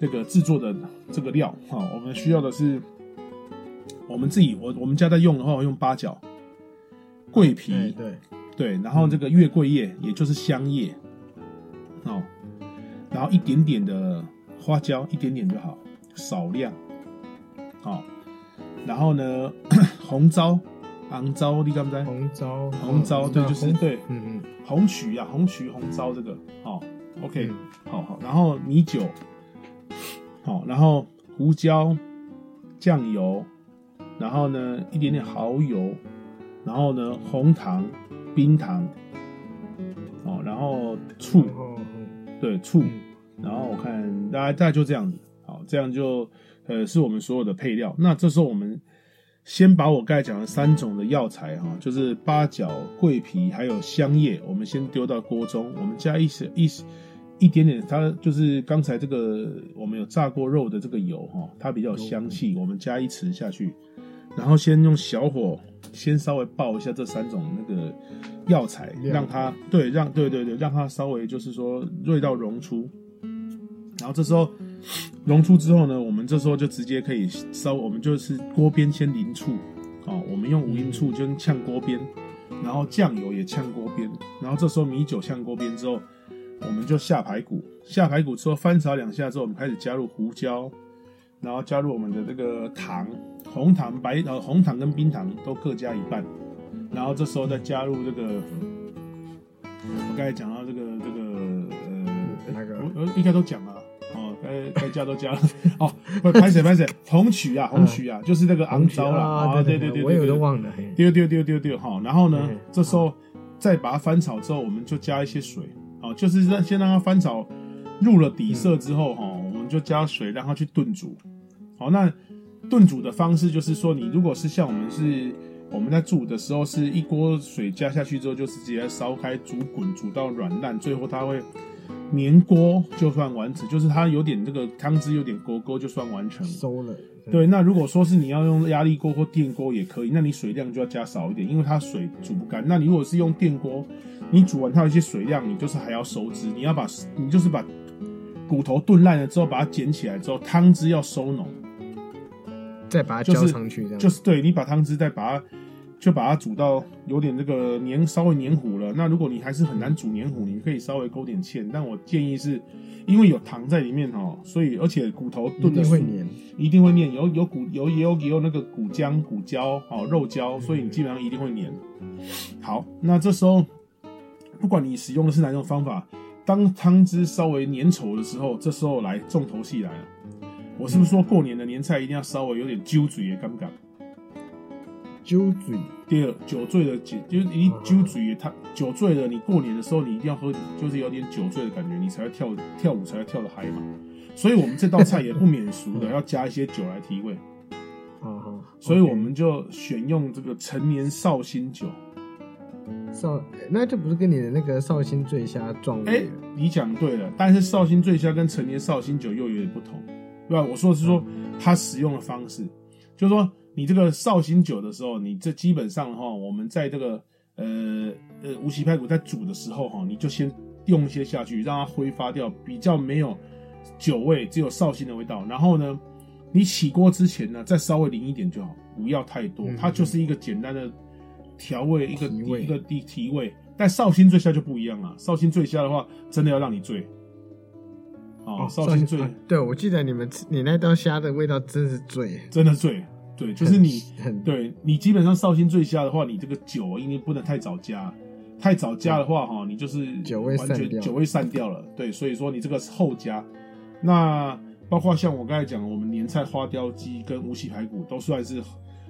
这个制作的这个料哈、我们需要的是我们自己我我们家在用的话，用八角、桂皮，
对哎对，
对，然后这个月桂叶，也就是香叶，哦，然后一点点的花椒，一点点就好，少量，哦，然后呢， 红糟、昂糟，你敢不知道？
红糟，
红糟，对，
嗯
就是
红
对，
嗯
红曲啊，红曲、红糟这个，哦，OK，、
嗯
好好，然后米酒，好、然后胡椒、酱油，然后呢一点点蚝油，然后呢红糖、冰糖，哦，然后醋
嗯，，然后嗯
对，醋，
嗯
然后我看大概大概就这样子，好，这样就呃是我们所有的配料。那这时候我们先把我刚才讲的三种的药材哈，就是八角、桂皮还有香叶，我们先丢到锅中，我们加一些一些一点点，它就是刚才这个我们有炸过肉的这个油哈，它比较有香气，我们加一匙下去，然后先用小火先稍微爆一下这三种那个药材，
料
让它对让对对对，让它稍微就是说味道溶出。然后这时候溶出之后呢，我们这时候就直接可以烧，我们就是锅边先淋醋，哦，我们用无音醋就呛锅边，然后酱油也呛锅边，然后这时候米酒呛锅边之后，我们就下排骨，下排骨之后翻炒两下之后，我们开始加入胡椒，然后加入我们的这个糖，红糖、白呃红糖跟冰糖都各加一半，然后这时候再加入这个，我刚才讲到这个这个呃
那个
我我应该都讲了啊。哦，该该加都加了 哦，不拍谁拍谁，红曲啊，红曲啊，就是那个
嗯红
昂
糟
糟啦，哦
啊，
对
对
对，
我有
对
都忘了，嘿
丢丢丢丢丢好，然后呢
嗯，
这时候再把它翻炒之后，我们就加一些水，好，就是让先让它翻炒入了底色之后，哈、我们就加水让它去炖煮。好，那炖煮的方式就是说，你如果是像我们是我们在煮的时候，是一锅水加下去之后，就是直接烧开煮滚，煮到软烂，最后它会。粘锅就算完成，就是它有点这个汤汁有点勾勾就算完成了。
收了，
对，那如果说是你要用压力锅或电锅也可以，那你水量就要加少一点，因为它水煮不干。那你如果是用电锅，你煮完它有一些水量，你就是还要收汁，你要把你就是把骨头炖烂了之后，把它捡起来之后，汤汁要收浓，
再把它
就
浇
是
上去这样，
就是对你把汤汁再把它就把它煮到有点这个黏稍微黏糊了。那如果你还是很难煮黏糊，你可以稍微勾点芡，但我建议是因为有糖在里面哦，所以而且骨头
一
炖的
嗯定会黏，
一定会粘，有有骨有也有也有那个骨浆、骨胶哦肉胶，所以你基本上一定会粘。好，那这时候不管你使用的是哪种方法，当汤汁稍微粘稠的时候，这时候来重头戏来了。我是不是说过年的年菜一定要稍微有点揪嘴的感觉？
揪嘴，
第二，酒醉的酒，就是你酒醉的，他酒醉了，你过年的时候你一定要喝，就是有点酒醉的感觉，你才会跳跳舞，才会跳得嗨嘛。所以我们这道菜也不免俗的，要加一些酒来提味。
啊哈，
所以我们就选用这个陈年绍兴酒，
绍，那就不是跟你的那个绍兴醉虾撞
哎、
味了。
你讲对了，但是绍兴醉虾跟陈年绍兴酒又有点不同，对吧？我说的是说
嗯
它使用的方式，就是说你这个绍兴酒的时候，你这基本上哈，我们在这个呃呃无锡排骨在煮的时候哈，你就先用一些下去，让它挥发掉，比较没有酒味，只有绍兴的味道。然后呢，你起锅之前呢，再稍微淋一点就好，不要太多，
嗯
它就是一个简单的调味，一个
提味
一个提提味。但绍兴醉虾就不一样了，绍兴醉虾的话，真的要让你醉。哦，绍兴醉
啊对，我记得你们吃你那道虾的味道真是醉，
真的醉，对，就是你
很
对你基本上绍兴醉虾的话，你这个酒啊因为不能太早加，太早加的话哈，你就是
酒味
完
散
全
掉
酒味散掉了。对，所以说你这个是后加。那包括像我刚才讲的，我们年菜花雕鸡跟无锡排骨都算是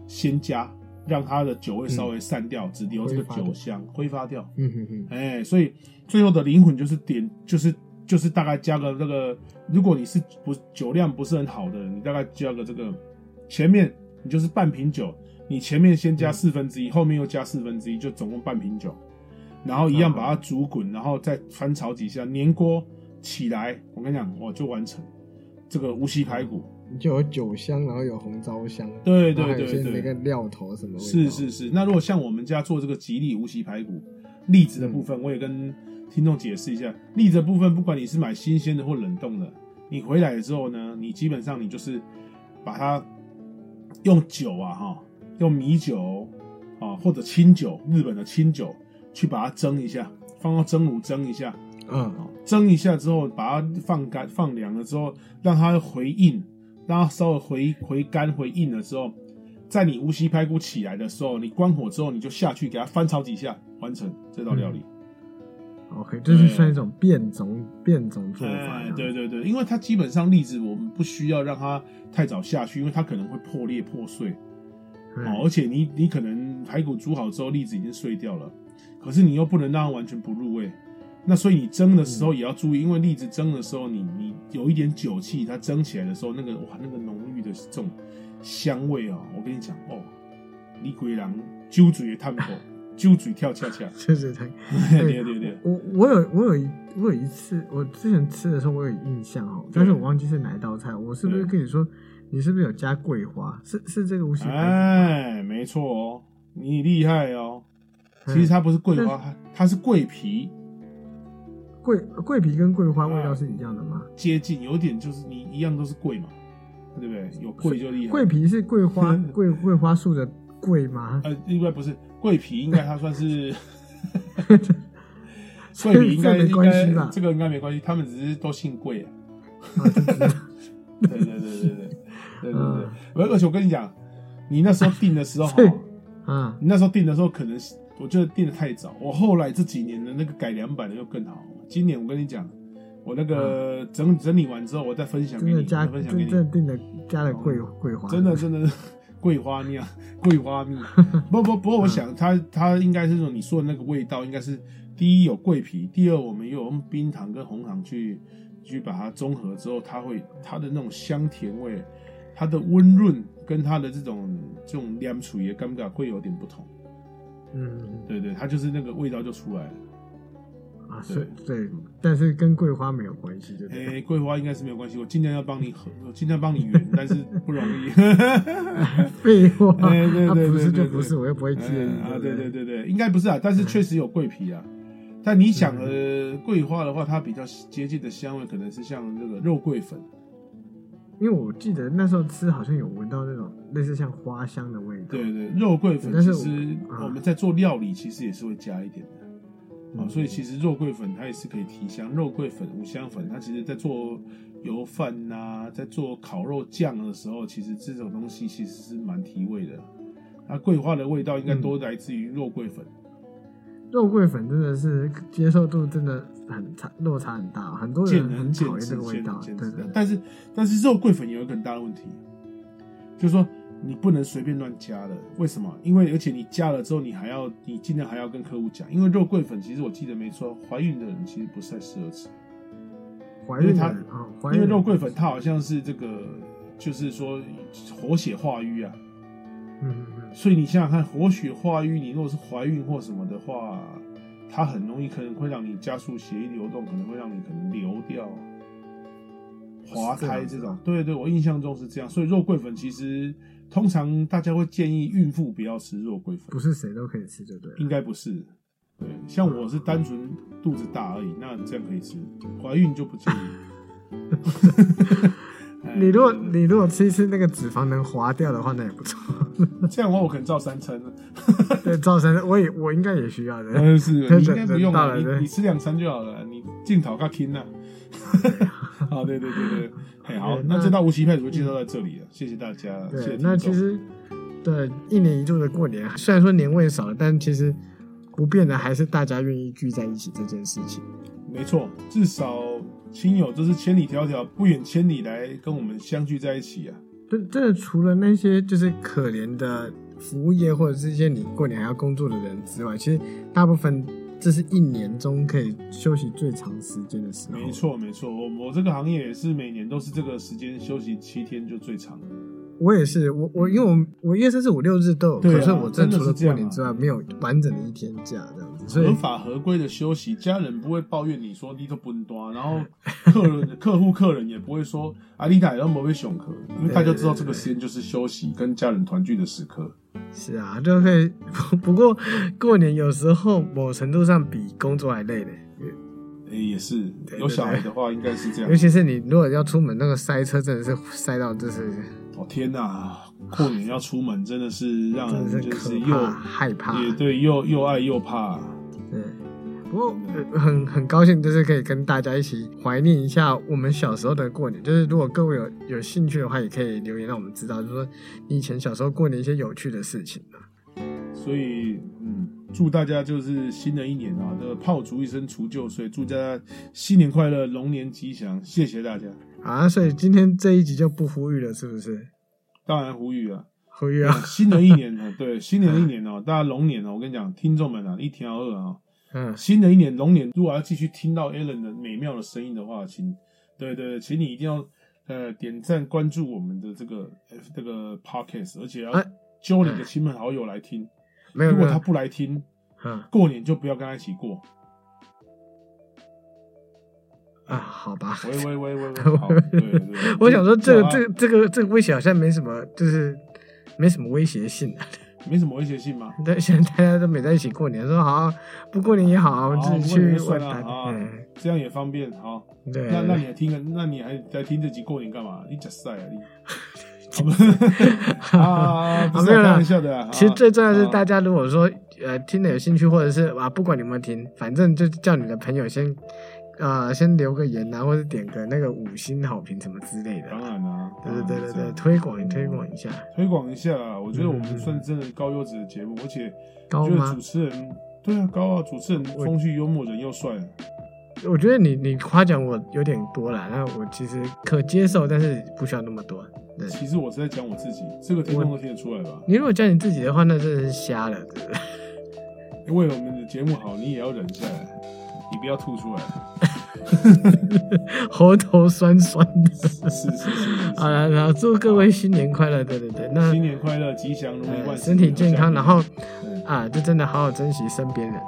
先加，让它的酒味稍微散掉，只留这个
嗯挥发
酒
掉
香挥发掉。
嗯哼哼，
哎，所以最后的灵魂就是点，就是就是大概加个那个，如果你是不酒量不是很好的，你大概加个这个，前面你就是半瓶酒，你前面先
嗯
加四分之一，后面又加四分之一，就总共半瓶酒，然后一样
嗯
把它煮滚，然后再翻炒几下，粘锅起来，我跟你讲，我就完成这个无锡排骨。
就有酒香，然后有红糟香，
对
然后
对
还有一些
对
那
对
个，料头什么味道，
是是是，那如果像我们家做这个吉利无锡排骨，栗子的部分，我也跟听众解释一下，栗子的部分，不管你是买新鲜的或冷冻的，你回来之后呢，你基本上你就是把它用酒啊哈，用米酒啊或者清酒，日本的清酒去把它蒸一下，放到蒸炉蒸一下，
嗯，
蒸一下之后，把它放干、放凉了之后，让它回硬，让它稍微回回干、回硬了之后，在你无锡排骨起来的时候，你关火之后，你就下去给它翻炒几下，完成这道料理。
，OK，这是算一种变种变种做法
哎，
啊，
对对对，因为它基本上栗子我们不需要让它太早下去，因为它可能会破裂破碎。哦，
嗯，
而且你你可能排骨煮好之后，栗子已经碎掉了，可是你又不能让它完全不入味。那所以你蒸的时候也要注意，因为栗子蒸的时候，你你有一点酒气，它蒸起来的时候，那个哇，那个浓郁的这种香味哦，我跟你讲哦，你鬼狼揪嘴也探口，揪嘴跳恰恰，
确实太
对对对，
我我有我有一我有一次，我之前吃的时候我有印象哦，但是我忘记是哪一道菜。我是不是
对
跟你说，你是不是有加桂花？是是这个无锡排
哎，没错哦，你厉害哦。
嗯
其实它不是桂花，它是桂皮，
骨桂桂皮跟桂
嗯
花味道是一样的吗？
接近，有点就是你一样都是贵嘛，对不对？有贵就厉害。
桂皮是 桂花桂桂花树的桂吗？
呃，应该不是桂皮，应该它算 是
所
桂皮
以
应该
这没
应
关系
该
吧
这个应该没关系，他们只是都姓桂啊。对对对对对对对对对
嗯。
而而且我跟你讲，你那时候订的时候哈，
对 啊，
你那时候订的时候可能是我觉得订的太早，我后来这几年的那个改良版的又更好。今年我跟你讲，我那个整整理完之后，我再分享给
嗯真
你，
的
再
加
分享给你。
真
哦
正定的加了桂桂花，
真的真的桂花酿、桂花 蜜。不不不过，我想它它应该是说你说的那个味道，应该是第一有桂皮，第二我们又用冰糖跟红糖去去把它中和之后，它会它的那种香甜味，它的温润跟它的这种这种凉楚也尴尬会有点不同。
嗯
对对，它就是那个味道就出来了。
啊，所以对，但是跟桂花没有关系，对不对？
诶，哎桂花应该是没有关系，我尽量要帮你合，我尽量帮你 圆，但是不容易。
废话，
哎对对
啊
对
不是
对
就
对
不是，我又不会介意
嗯啊，，对
不
对对对，应该不是啊，但是确实有桂皮啊。但你想呃，桂花的话，它比较接近的香味可能是像那个肉桂粉，
因为我记得那时候吃好像有闻到那种类似像花香的味道。
对对，肉桂粉
嗯但
其
是我
实
啊
我们在做料理其实也是会加一点的。啊，
嗯
所以其实肉桂粉它也是可以提香，肉桂粉、五香粉，它其实在做油饭呐、在做烤肉酱的时候，其实这种东西其实是蛮提味的。那桂花的味道
嗯
应该都来自于肉桂粉，
肉桂粉真的是接受度真的很差，落差很大，很多
见
人
仁
很
见
讨厌
智，
这个味
见仁
道。
见
对
智。
对对，
但是但是肉桂粉有一个很大的问题，就是说你不能随便乱加的。为什么？因为而且你加了之后，你还要你尽量还要跟客户讲，因为肉桂粉其实我记得没错，怀孕的人其实不是太适合吃，
怀
因为
孕
它
的人啊，怀
因
孕
为
的
肉桂粉它好像是这个就是说活血化瘀啊，
嗯嗯
所以你想想看，活血化瘀，你如果是怀孕或什么的话，它很容易可能会让你加速血液流动，可能会让你可能流掉、滑胎这
啊
种。对对，我印象中是这样。所以肉桂粉其实通常大家会建议孕妇不要吃肉桂粉，
不是谁都可以吃就对了。
应该不是。对，像我是单纯肚子大而已，那这样可以吃。怀孕就不建议。
你如果
哎
你如果吃一次那个脂肪能划掉的话，那也不错。
这样的话，我可能照三餐啊了。
对，造成我也我应该也需 要的。
嗯，是
真
你应
的
该不
真
用
大
了，
了
你
对
你吃两餐就好了，你镜头较轻了。啊 好，对对对对，哎，好，
对
那
那
这道无锡派就介绍到这里了，谢谢大家，谢谢
对，
听众
那其实对一年一度的过年，虽然说年味少了，但其实不变的还是大家愿意聚在一起这件事情。
没错，至少亲友就是千里迢迢不远千里来跟我们相聚在一起啊。
真真的除了那些就是可怜的服务业或者是一些你过年还要工作的人之外，其实大部分这是一年中可以休息最长时间的时候。
没，错没错，我我这个行业也是每年都是这个时间休息七天就最长。
我也是，我我因为我我月三四五六日都有
对啊
课，所以我真的除
真的
了
是这
过
样啊
年之外没有完整的一天假这样子，所
合
以
法合规的休息，家人不会抱怨你说你都不端，然后 客人客户客人也不会说啊你打都没被熊壳，因为大家知道这个时间就是休息跟家人团聚的时刻。
是 啊，就可以。不不过过年有时候某程度上比工作还累嘞，
诶，也是
对
有小孩的话应该是这
尤
样。
其是你如果要出门，那个塞车真的是塞到就是
哦天哪，过年要出门真的是让
真的
人
是
啊就
可
是又
怕害怕。
也对又又爱又怕。
对，不过呃很很高兴，就是可以跟大家一起怀念一下我们小时候的过年。就是如果各位有有兴趣的话，也可以留言让我们知道，就是说你以前小时候过年一些有趣的事情啊。
所以，嗯，祝大家就是新的一年啊，这个炮竹一声除旧岁，祝大家新年快乐，龙年吉祥，谢谢大家。
好啊，所以今天这一集就不呼吁了，是不是？
当然呼吁啊，
呼吁啊，
新的一年呢，对，新的一年哦，大家龙年哦，我跟你讲，听众们啊，一听二啊，
嗯，
新的一年龙年，如果要继续听到 Alan 的美妙的声音的话，请，对对对，请你一定要呃点赞关注我们的这个呃这个 podcast，而且要
哎
揪你的亲朋好友来听。
没有
如
没
果他
有，
不来听，
嗯
过年就不要跟他一起过。
啊，好吧。
喂喂喂喂喂，好，对对对
我想说这个
啊
这个这个这个威胁好像没什么，就是没什么威胁性 啊。
没什么威胁性嘛。
对，现在大家都没在一起过年，说好啊不过年也好啊，我们
好
自
不
己
过年
去
就算
玩
了啊
嗯，
这样也方便。好，
对，
那那你还听个？那你还在听这集过年干嘛？你假赛啊 你！ 啊，不是
没有
啊
啦
开玩笑的啊。
其实最重要的是，大
家
家如果说呃听的有兴趣，或者是啊不管你有没有听，反正就叫你的朋友先啊、呃先留个言啊，或者点个那个五星好评什么之类的。
当然啦，
对对对
当然
对对，
啊是啊这样
推广推广一下，
推广一下啦。我觉得我们
嗯
算真的高优质的节目，而且
高
我觉得
吗
主？持人对啊高啊，主持人
我
风趣幽默，人又帅。
我觉得你你夸奖我有点多了，那我其实可接受，但是不需要那么多。对，
其实我是在讲我自己，这个听众都听得出来吧？
你如果讲你自己的话，那真的是瞎了，对不对？
为了我们的节目好，你也要忍下来，你不要吐出来。
喉头酸酸的。
是是是是是。
好了，然后祝各位新年快乐，对对对，那
新年快乐，吉祥如意，万
呃
事
身体健康，然后。
对
啊，就真的好好珍惜身边人，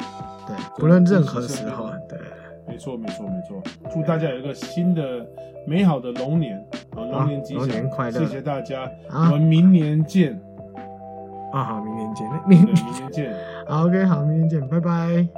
对，不论任何时候，对，
没错，没错，没错。祝大家有一个新的美好的龙年啊，龙年吉祥，
龙年快乐
谢谢大家，我
啊
们明年见，
啊，好，明年见，
对，
明
明年见。
好，OK，好，明年见，拜拜。